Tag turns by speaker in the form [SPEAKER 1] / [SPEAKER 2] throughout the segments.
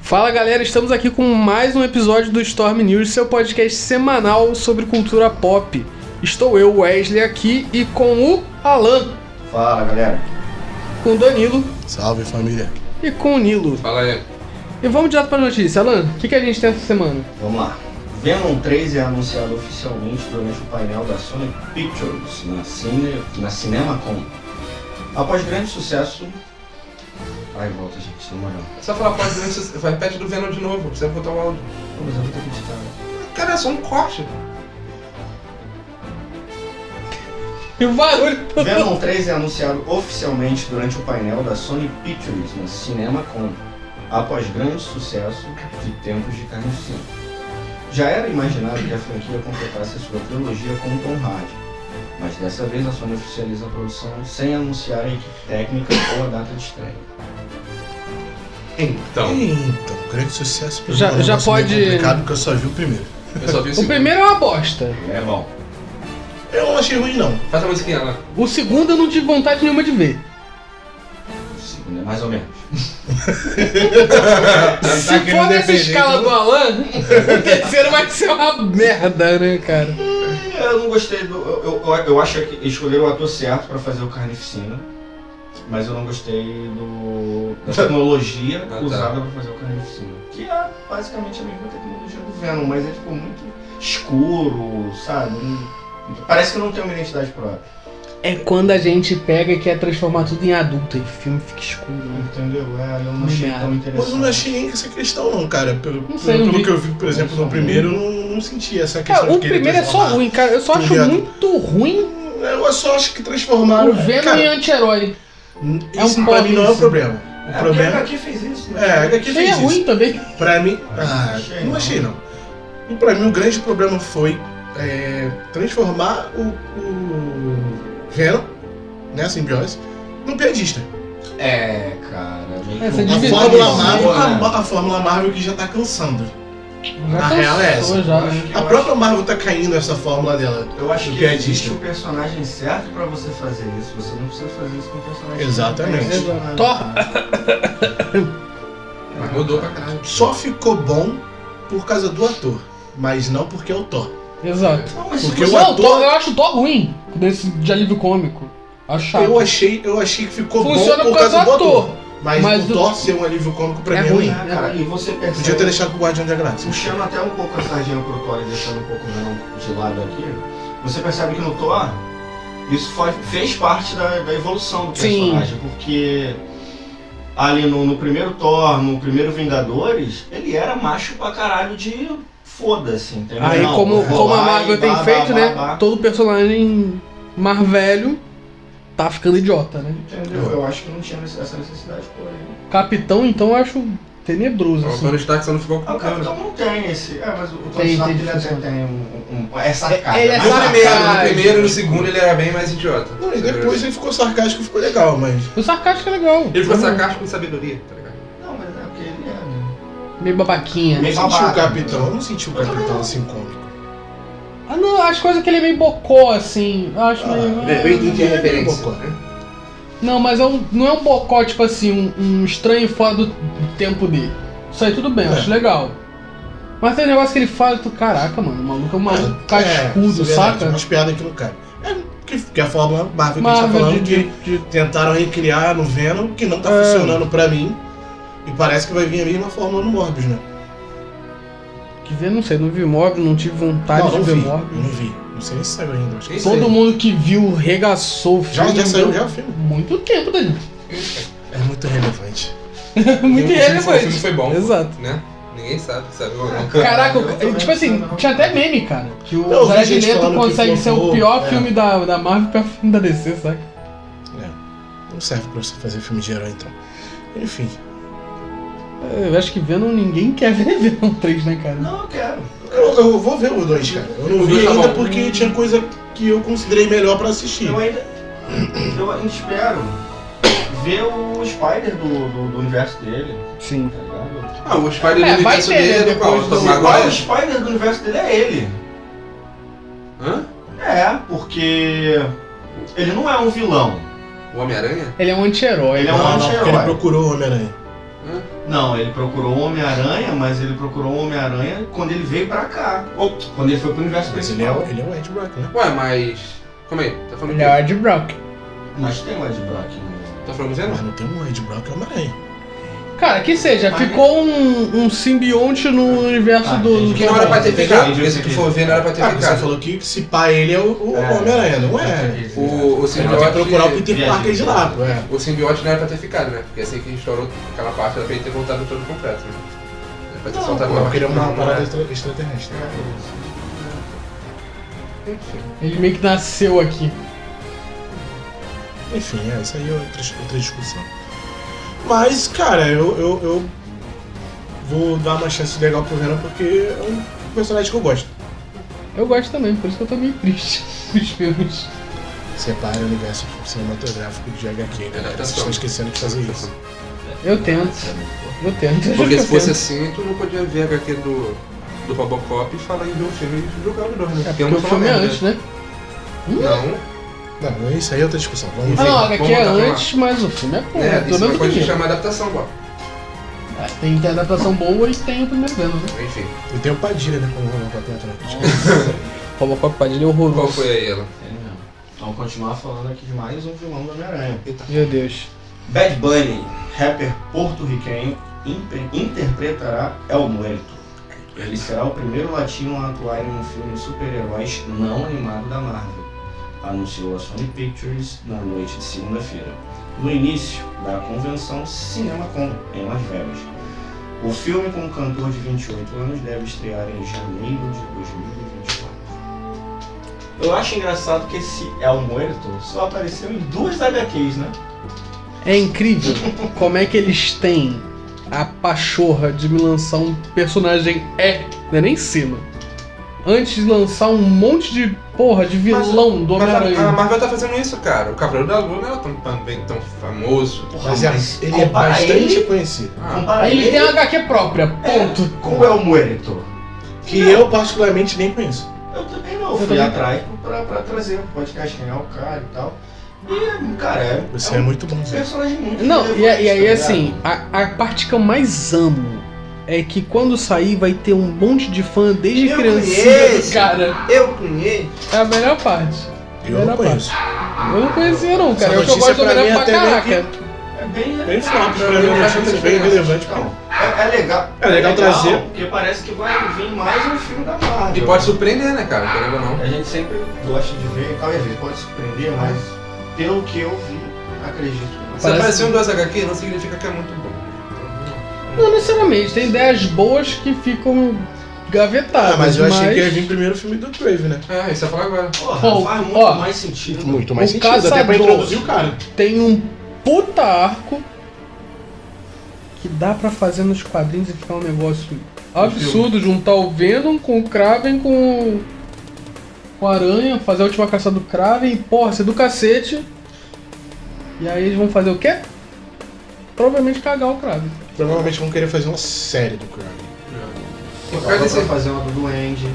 [SPEAKER 1] Fala galera, estamos aqui com mais um episódio do Storm News, seu podcast semanal sobre cultura pop. Estou eu, Wesley, aqui e com o Alan,
[SPEAKER 2] Fala, galera.
[SPEAKER 1] com o Danilo
[SPEAKER 3] Salve família.
[SPEAKER 1] e com o Nilo.
[SPEAKER 4] Fala aí.
[SPEAKER 1] E vamos direto para a notícia. Alan, o que, que a gente tem essa semana?
[SPEAKER 2] Vamos lá. Venom 3 é anunciado oficialmente durante o painel da Sony Pictures na, Cine, na CinemaCon. Após grande sucesso. Ai, volta, gente, na moral.
[SPEAKER 4] É Só falar pode durante. esse- Vai, pede do Venom de novo, precisa botar o áudio.
[SPEAKER 2] Pô, Mas eu vou ter que editar. né?
[SPEAKER 4] Cara, é só um corte.
[SPEAKER 1] E o barulho.
[SPEAKER 2] Venom 3 é anunciado oficialmente durante o painel da Sony Pictures na CinemaCon. Após grande sucesso de Tempos de Carnificina. Já era imaginado que a franquia completasse sua trilogia com Tom Hardy, mas dessa vez a Sony oficializa a produção sem anunciar a equipe técnica ou a data de estreia.
[SPEAKER 4] Então,
[SPEAKER 3] Então, grande sucesso. pra
[SPEAKER 1] Já-
[SPEAKER 3] mim, é um
[SPEAKER 1] já
[SPEAKER 3] negócio meio
[SPEAKER 1] pode-
[SPEAKER 3] Complicado porque eu só vi o primeiro.
[SPEAKER 4] eu só vi
[SPEAKER 1] O primeiro é uma bosta.
[SPEAKER 2] É bom.
[SPEAKER 3] Eu não achei ruim não.
[SPEAKER 4] Faz a musiquinha lá.
[SPEAKER 1] O segundo eu não tive vontade nenhuma de ver.
[SPEAKER 2] O segundo é mais ou menos.
[SPEAKER 4] tá
[SPEAKER 1] Se for nessa
[SPEAKER 4] então
[SPEAKER 1] escala do Alan, o terceiro vai ser uma merda, né, cara?
[SPEAKER 2] Eu não gostei do. Eu, eu, eu acho que eles escolheram o ator certo pra fazer o Carnificina, mas eu não gostei do. da tecnologia
[SPEAKER 4] Ah, tá.
[SPEAKER 2] usada pra fazer o Carnificina. Que é basicamente a mesma tecnologia do Venom, mas é tipo muito escuro, sabe? Não- Parece que não tem uma identidade própria.
[SPEAKER 1] É quando a gente pega e quer transformar tudo em adulto e o filme fica escuro. né?
[SPEAKER 2] Entendeu? É, eu não
[SPEAKER 1] Uma
[SPEAKER 2] achei
[SPEAKER 1] merda.
[SPEAKER 2] tão
[SPEAKER 3] Mas
[SPEAKER 2] interessante.
[SPEAKER 3] eu não achei nem essa questão não, cara. Pelo,
[SPEAKER 1] Não sei,
[SPEAKER 3] pelo
[SPEAKER 1] não vi.
[SPEAKER 3] que eu vi, por exemplo,
[SPEAKER 2] Não
[SPEAKER 3] no
[SPEAKER 2] sei.
[SPEAKER 3] primeiro, eu não, não senti essa questão
[SPEAKER 1] Cara,
[SPEAKER 3] de
[SPEAKER 1] o
[SPEAKER 3] querer
[SPEAKER 1] primeiro é só
[SPEAKER 3] transformar.
[SPEAKER 1] ruim, cara. Eu só
[SPEAKER 3] Tá
[SPEAKER 1] acho
[SPEAKER 3] ligado?
[SPEAKER 1] muito ruim
[SPEAKER 3] Eu só acho que transformaram.
[SPEAKER 1] o Venom
[SPEAKER 3] cara,
[SPEAKER 1] em anti-herói. é
[SPEAKER 3] isso
[SPEAKER 1] um
[SPEAKER 3] pra mim não é o
[SPEAKER 1] pobre,
[SPEAKER 3] problema. O
[SPEAKER 2] É, porque a
[SPEAKER 3] problema
[SPEAKER 2] HQ fez isso, né?
[SPEAKER 3] é, a HQ
[SPEAKER 1] Ele
[SPEAKER 3] fez
[SPEAKER 1] é
[SPEAKER 3] isso.
[SPEAKER 1] ruim também.
[SPEAKER 3] Pra mim. Ah,
[SPEAKER 2] Achei
[SPEAKER 3] não
[SPEAKER 2] não.
[SPEAKER 3] achei não. E pra mim o grande problema foi é, transformar o, o Venom, né, a simbiose, num piadista.
[SPEAKER 2] É, cara. meio que
[SPEAKER 1] Essa
[SPEAKER 2] um-
[SPEAKER 3] A
[SPEAKER 1] Dividir
[SPEAKER 3] Fórmula
[SPEAKER 1] isso,
[SPEAKER 3] Marvel,
[SPEAKER 2] né?
[SPEAKER 3] a, a Fórmula Marvel que já tá cansando.
[SPEAKER 1] Já
[SPEAKER 3] A real é
[SPEAKER 1] cansou
[SPEAKER 3] essa.
[SPEAKER 1] já,
[SPEAKER 2] Eu acho
[SPEAKER 1] né?
[SPEAKER 2] que-
[SPEAKER 3] A
[SPEAKER 2] eu
[SPEAKER 3] própria Marvel tá caindo essa fórmula dela.
[SPEAKER 2] Eu acho
[SPEAKER 3] Do
[SPEAKER 2] que
[SPEAKER 3] piadista.
[SPEAKER 2] existe o personagem certo pra você fazer isso. Você não precisa fazer isso com o personagem.
[SPEAKER 3] Exatamente.
[SPEAKER 2] certo.
[SPEAKER 1] Thor.
[SPEAKER 4] Mas mudou pra caralho.
[SPEAKER 3] Só ficou bom por causa do ator, mas não porque é o Thor.
[SPEAKER 1] Exato.
[SPEAKER 2] Não, mas
[SPEAKER 3] Porque
[SPEAKER 2] se
[SPEAKER 3] o
[SPEAKER 2] você-
[SPEAKER 1] Não,
[SPEAKER 3] ator-
[SPEAKER 1] Thor- eu acho o Thor ruim desse de alívio cômico. Acho chato.
[SPEAKER 3] Eu achei, eu achei que ficou
[SPEAKER 1] Funciona
[SPEAKER 3] bom
[SPEAKER 1] por
[SPEAKER 3] por
[SPEAKER 1] causa do
[SPEAKER 3] causa, do ator. Mas,
[SPEAKER 1] Mas
[SPEAKER 3] o
[SPEAKER 1] o-
[SPEAKER 3] Thor ser um alívio cômico pra
[SPEAKER 1] É
[SPEAKER 3] mim é
[SPEAKER 1] ruim.
[SPEAKER 3] ruim.
[SPEAKER 2] É, cara, e você
[SPEAKER 3] Podia ter
[SPEAKER 2] percebe,
[SPEAKER 3] deixado pro Guardião da Galáxia.
[SPEAKER 2] puxando até um pouco a sardinha pro Thor e deixando um pouco o Venom de lado aqui, você percebe que no Thor, isso foi- fez parte da, da evolução do
[SPEAKER 1] Sim.
[SPEAKER 2] personagem, porque ali no, no primeiro Thor, no primeiro Vingadores, ele era macho pra caralho de foda-se, entendeu?
[SPEAKER 1] Aí,
[SPEAKER 2] Não,
[SPEAKER 1] como,
[SPEAKER 2] vou
[SPEAKER 1] como a
[SPEAKER 2] lá
[SPEAKER 1] Marvel
[SPEAKER 2] e
[SPEAKER 1] tem
[SPEAKER 2] bá,
[SPEAKER 1] feito,
[SPEAKER 2] bá,
[SPEAKER 1] né?
[SPEAKER 2] bá, bá.
[SPEAKER 1] Todo personagem mais velho tá ficando idiota, né?
[SPEAKER 2] Entendeu? Eu acho que não tinha essa necessidade por ele.
[SPEAKER 1] Capitão, então, eu acho tenebroso,
[SPEAKER 4] O
[SPEAKER 1] assim.
[SPEAKER 4] Tony Stark só não ficou
[SPEAKER 2] Ah,
[SPEAKER 4] com
[SPEAKER 2] o
[SPEAKER 4] câmera.
[SPEAKER 2] Capitão não tem esse. É, mas o Tony
[SPEAKER 1] Tem,
[SPEAKER 2] Stark
[SPEAKER 1] tem
[SPEAKER 2] ele até
[SPEAKER 1] função.
[SPEAKER 2] tem um, um, essa cara.
[SPEAKER 1] ele é
[SPEAKER 2] Mas
[SPEAKER 4] No
[SPEAKER 1] sarcasmo.
[SPEAKER 4] primeiro, no
[SPEAKER 1] Sacanagem.
[SPEAKER 4] primeiro e no segundo ele era bem mais idiota.
[SPEAKER 3] Não, e depois ele ficou sarcástico e ficou legal, mas.
[SPEAKER 1] O sarcástico é legal.
[SPEAKER 4] Ele ficou
[SPEAKER 1] Uhum.
[SPEAKER 4] sarcástico com sabedoria, tá ligado?
[SPEAKER 2] Não, mas é porque ele é. né?
[SPEAKER 1] Meio babaquinha.
[SPEAKER 3] Eu
[SPEAKER 2] Meio
[SPEAKER 3] não senti o
[SPEAKER 2] babaca.
[SPEAKER 3] capitão, eu não senti o
[SPEAKER 2] Eu também
[SPEAKER 3] capitão
[SPEAKER 2] não.
[SPEAKER 3] assim cômico.
[SPEAKER 1] Ah, não, as coisas que ele é meio bocó, assim. Eu acho meio.
[SPEAKER 3] Ah,
[SPEAKER 4] eu entendi a
[SPEAKER 3] ele é meio
[SPEAKER 4] referência.
[SPEAKER 3] bocó.
[SPEAKER 1] né? Não, mas é um, não é um bocó, tipo assim, um, um estranho fora do tempo dele. Isso aí tudo bem, eu
[SPEAKER 3] É.
[SPEAKER 1] acho legal. Mas tem um negócio que ele fala, tu, caraca, mano, o maluco é um maluco
[SPEAKER 3] É,
[SPEAKER 1] cascudo,
[SPEAKER 3] isso é verdade,
[SPEAKER 1] saca?
[SPEAKER 3] Umas piadas que não caem. É que, que a Fórmula Marvel que a gente tá
[SPEAKER 1] Marvel
[SPEAKER 3] falando
[SPEAKER 1] de,
[SPEAKER 3] que
[SPEAKER 1] de, de-
[SPEAKER 3] tentaram recriar no Venom, que não tá
[SPEAKER 1] É.
[SPEAKER 3] funcionando pra mim. E parece que vai vir a mesma fórmula no Morbius, né?
[SPEAKER 1] que vê, não sei, não vi Mob, não tive vontade
[SPEAKER 3] não, não
[SPEAKER 1] Tá de ver
[SPEAKER 3] vi.
[SPEAKER 1] Mob.
[SPEAKER 3] Não vi. Não sei nem se saiu ainda. Acho que...
[SPEAKER 4] Isso
[SPEAKER 1] Todo
[SPEAKER 4] aí.
[SPEAKER 1] mundo que viu regaçou o
[SPEAKER 3] já,
[SPEAKER 1] filme.
[SPEAKER 3] já saiu
[SPEAKER 1] deu
[SPEAKER 3] já o filme.
[SPEAKER 1] Muito tempo, Danilo.
[SPEAKER 3] É muito relevante.
[SPEAKER 1] Muito
[SPEAKER 4] O um filme- O filme
[SPEAKER 1] relevante.
[SPEAKER 4] foi bom.
[SPEAKER 1] Exato.
[SPEAKER 4] Né? Ninguém sabe,
[SPEAKER 3] É.
[SPEAKER 4] sabe? Ou não.
[SPEAKER 1] Caraca,
[SPEAKER 2] Eu também
[SPEAKER 1] tipo assim,
[SPEAKER 2] não sei, não.
[SPEAKER 1] tinha até meme, cara. Que o
[SPEAKER 3] Eu ouvi
[SPEAKER 1] Jared
[SPEAKER 3] gente
[SPEAKER 1] Leto
[SPEAKER 3] falando que
[SPEAKER 1] consegue ser o
[SPEAKER 3] flopou,
[SPEAKER 1] pior
[SPEAKER 3] é.
[SPEAKER 1] filme da, da Marvel, o pior filme da DC, saca?
[SPEAKER 3] Não serve pra você fazer filme de herói, então. Enfim.
[SPEAKER 1] Eu acho que Venom ninguém quer ver Venom 3, né, cara?
[SPEAKER 2] Não, eu quero.
[SPEAKER 3] Eu, eu vou ver o 2, cara. Eu não
[SPEAKER 4] O
[SPEAKER 3] vi
[SPEAKER 4] dois tá
[SPEAKER 3] ainda
[SPEAKER 4] bom.
[SPEAKER 3] porque tinha coisa que eu considerei melhor pra assistir.
[SPEAKER 2] Eu ainda. Eu ainda espero ver o Spider do, do, do universo dele,
[SPEAKER 1] Sim.
[SPEAKER 2] tá ligado?
[SPEAKER 4] Ah, o Spider
[SPEAKER 1] É,
[SPEAKER 4] do
[SPEAKER 1] vai
[SPEAKER 4] universo
[SPEAKER 1] ter, né,
[SPEAKER 4] dele é qual?
[SPEAKER 1] depois do-
[SPEAKER 4] Do
[SPEAKER 2] Agora o
[SPEAKER 4] Maguire?
[SPEAKER 2] Spider do universo dele é ele.
[SPEAKER 4] Hã?
[SPEAKER 2] É, porque. Ele não é um vilão.
[SPEAKER 4] O Homem-Aranha?
[SPEAKER 1] Ele é um anti-herói.
[SPEAKER 2] Ele é
[SPEAKER 3] Não,
[SPEAKER 2] um
[SPEAKER 3] não, porque ele
[SPEAKER 2] anti-herói.
[SPEAKER 3] procurou o Homem-Aranha.
[SPEAKER 2] Não, ele procurou o Homem-Aranha, mas ele procurou o Homem-Aranha quando ele veio pra cá. Ou quando ele foi pro universo
[SPEAKER 3] Mas ele é,
[SPEAKER 2] principal.
[SPEAKER 3] o- ele é o Ed Brock, né?
[SPEAKER 4] Ué, mas. Calma aí, tá falando
[SPEAKER 5] Ele
[SPEAKER 4] o
[SPEAKER 5] é o Ed Brock.
[SPEAKER 2] Mas tem o Ed Brock né? no.
[SPEAKER 4] quê? Tá falando do Venom?
[SPEAKER 3] Mas não tem um Ed Brock, é uma aranha.
[SPEAKER 1] Cara, que seja,
[SPEAKER 2] Mas-
[SPEAKER 1] ficou um, um simbionte no universo
[SPEAKER 2] Ah,
[SPEAKER 1] do. é
[SPEAKER 2] entendi.
[SPEAKER 1] do
[SPEAKER 4] Que não era pra ter
[SPEAKER 2] Entendi,
[SPEAKER 4] ficado.
[SPEAKER 2] entendi,
[SPEAKER 4] Esse que
[SPEAKER 2] entendi.
[SPEAKER 4] for ver não era pra ter
[SPEAKER 3] Ah, você
[SPEAKER 4] ficado.
[SPEAKER 3] falou que se pá ele é o, o
[SPEAKER 2] É.
[SPEAKER 3] Homem-Aranha, não é?
[SPEAKER 4] O, o
[SPEAKER 3] Ele vai
[SPEAKER 4] simbiote.
[SPEAKER 3] procurar o Peter
[SPEAKER 2] Viagem.
[SPEAKER 3] Parker de lado, é.
[SPEAKER 4] O simbiote não era pra ter ficado, né? Porque assim que estourou aquela parte era pra ele ter voltado todo completo, né? Era pra ter
[SPEAKER 2] Não,
[SPEAKER 4] soltado
[SPEAKER 2] pô,
[SPEAKER 4] uma
[SPEAKER 3] Porque ele é uma
[SPEAKER 4] não,
[SPEAKER 3] parada
[SPEAKER 4] né?
[SPEAKER 3] extra- extraterrestre.
[SPEAKER 2] é
[SPEAKER 4] Enfim.
[SPEAKER 1] Ele meio que nasceu aqui.
[SPEAKER 3] Enfim, é, isso aí é outra, outra discussão. Mas, cara, eu, eu, eu vou dar uma chance legal pro Venom porque é um personagem que eu gosto.
[SPEAKER 1] Eu gosto também, por isso que eu tô meio triste dos filmes.
[SPEAKER 3] Separa o universo cinematográfico de HQ, né? Vocês estão esquecendo de fazer isso.
[SPEAKER 1] Eu tento, eu tento.
[SPEAKER 4] Porque se
[SPEAKER 1] eu
[SPEAKER 4] fosse
[SPEAKER 1] tento.
[SPEAKER 4] assim, tu não podia ver a HQ do, do Robocop e falar em ver um filme e jogar os dois, né?
[SPEAKER 1] É porque o
[SPEAKER 4] foi uma
[SPEAKER 1] filme é
[SPEAKER 4] merda. né?
[SPEAKER 1] antes, né?
[SPEAKER 4] Não,
[SPEAKER 3] Não, isso aí é outra discussão. Vamos
[SPEAKER 1] Ah, não, a
[SPEAKER 4] Vamos
[SPEAKER 1] HQ é
[SPEAKER 4] voltar pra lá.
[SPEAKER 1] antes, mas o filme é bom.
[SPEAKER 4] é,
[SPEAKER 1] pelo
[SPEAKER 4] isso é
[SPEAKER 1] menos
[SPEAKER 4] uma
[SPEAKER 1] o
[SPEAKER 4] coisa que
[SPEAKER 1] primeiro.
[SPEAKER 4] chama adaptação, ó.
[SPEAKER 1] Ah, Tem tem a adaptação boa e tem o primeiro Venom, né?
[SPEAKER 4] Enfim,
[SPEAKER 3] E tem o Padilha, né? Como o Robocop Atlético.
[SPEAKER 1] Robocop Padilha é horroroso.
[SPEAKER 4] qual foi aí ela?
[SPEAKER 2] É mesmo. Vamos continuar falando aqui de mais um vilão do Homem-Aranha.
[SPEAKER 1] Meu Deus.
[SPEAKER 2] Bad Bunny, rapper porto-riquenho, impe- interpretará El Muerto. Ele será o primeiro latino a atuar em um filme de super-heróis não animado da Marvel, anunciou a Sony Pictures na noite de segunda-feira, no início da convenção CinemaCon em Las Vegas. O filme com o cantor de 28 anos deve estrear em janeiro de 2024. Eu acho engraçado que esse El Muerto só apareceu em duas HQs, né?
[SPEAKER 1] É incrível como é que eles têm a pachorra de me lançar um personagem é, não é nem cima. Antes de lançar um monte de porra de vilão do
[SPEAKER 4] Mas a, a
[SPEAKER 1] Homem-Aranha.
[SPEAKER 4] Marvel tá fazendo isso, cara. O Cavaleiro da Lua não era tão, tão, bem- tão famoso.
[SPEAKER 2] Porra,
[SPEAKER 3] Mas é, ele é
[SPEAKER 2] compara
[SPEAKER 3] bastante
[SPEAKER 2] ele-
[SPEAKER 3] conhecido.
[SPEAKER 4] Ah,
[SPEAKER 2] compara
[SPEAKER 1] Ele tem uma HQ própria, ponto.
[SPEAKER 2] com o El Muerto.
[SPEAKER 3] Que eu, particularmente, nem conheço.
[SPEAKER 2] Eu também não,
[SPEAKER 1] Eu
[SPEAKER 2] fui
[SPEAKER 1] também.
[SPEAKER 2] atrás pra, pra trazer o podcast, quem é o cara e tal. E, cara, é,
[SPEAKER 3] Você
[SPEAKER 2] é
[SPEAKER 3] é
[SPEAKER 2] um
[SPEAKER 3] muito bom, Zé.
[SPEAKER 2] personagem muito
[SPEAKER 4] É.
[SPEAKER 1] Não, e,
[SPEAKER 2] relevante,
[SPEAKER 1] e aí
[SPEAKER 2] tá
[SPEAKER 1] assim,
[SPEAKER 2] ligado?
[SPEAKER 1] a, a parte que eu mais amo é que quando sair vai ter um monte de fã desde
[SPEAKER 4] Eu
[SPEAKER 1] criancinha,
[SPEAKER 4] conheço.
[SPEAKER 1] cara.
[SPEAKER 4] eu conheço.
[SPEAKER 1] É a melhor parte.
[SPEAKER 3] Eu não conheço.
[SPEAKER 1] Eu não conhecia não, cara.
[SPEAKER 3] Essa
[SPEAKER 1] É o que eu
[SPEAKER 3] notícia
[SPEAKER 1] gosto do
[SPEAKER 3] pra mim
[SPEAKER 1] Homem-Aranha pra
[SPEAKER 3] até meio que-
[SPEAKER 1] caraca.
[SPEAKER 2] É bem...
[SPEAKER 3] Bem forte, pra
[SPEAKER 4] Eu
[SPEAKER 3] mim,
[SPEAKER 4] acho
[SPEAKER 3] notícias
[SPEAKER 4] que
[SPEAKER 3] bem
[SPEAKER 4] é
[SPEAKER 3] relevante.
[SPEAKER 2] Não, é, é legal.
[SPEAKER 3] É legal trazer.
[SPEAKER 2] Porque parece que vai vir mais um filme da Marvel.
[SPEAKER 4] E pode surpreender, né, cara? Querendo ou não.
[SPEAKER 2] A gente sempre gosta de ver, talvez às vezes pode surpreender, mas pelo que eu vi, acredito que não.
[SPEAKER 4] Se um
[SPEAKER 1] Parece-
[SPEAKER 4] apareceu em duas HQ, não significa que é muito bom.
[SPEAKER 1] Não necessariamente, tem ideias boas que ficam gavetadas.
[SPEAKER 3] Ah, mas eu achei que ia vir primeiro o filme do Crave, né?
[SPEAKER 4] É, isso eu ia falar agora.
[SPEAKER 2] Porra,
[SPEAKER 1] Ó,
[SPEAKER 2] faz muito
[SPEAKER 1] ó,
[SPEAKER 2] mais sentido.
[SPEAKER 3] Muito
[SPEAKER 1] mais O sentido, até pra Caçador. introduzir o
[SPEAKER 3] cara.
[SPEAKER 1] Tem um puta arco que dá pra fazer nos quadrinhos e ficar um negócio absurdo, juntar o Venom com o Kraven com o. Com a aranha, fazer a última caçada do Kraven e porra, ser do cacete. E aí eles vão fazer o quê? Provavelmente cagar o Kraven.
[SPEAKER 3] Provavelmente vão querer fazer uma série do Crave.
[SPEAKER 4] Por
[SPEAKER 2] Dá
[SPEAKER 4] causa
[SPEAKER 2] pra
[SPEAKER 4] desse...
[SPEAKER 2] fazer uma do Duende.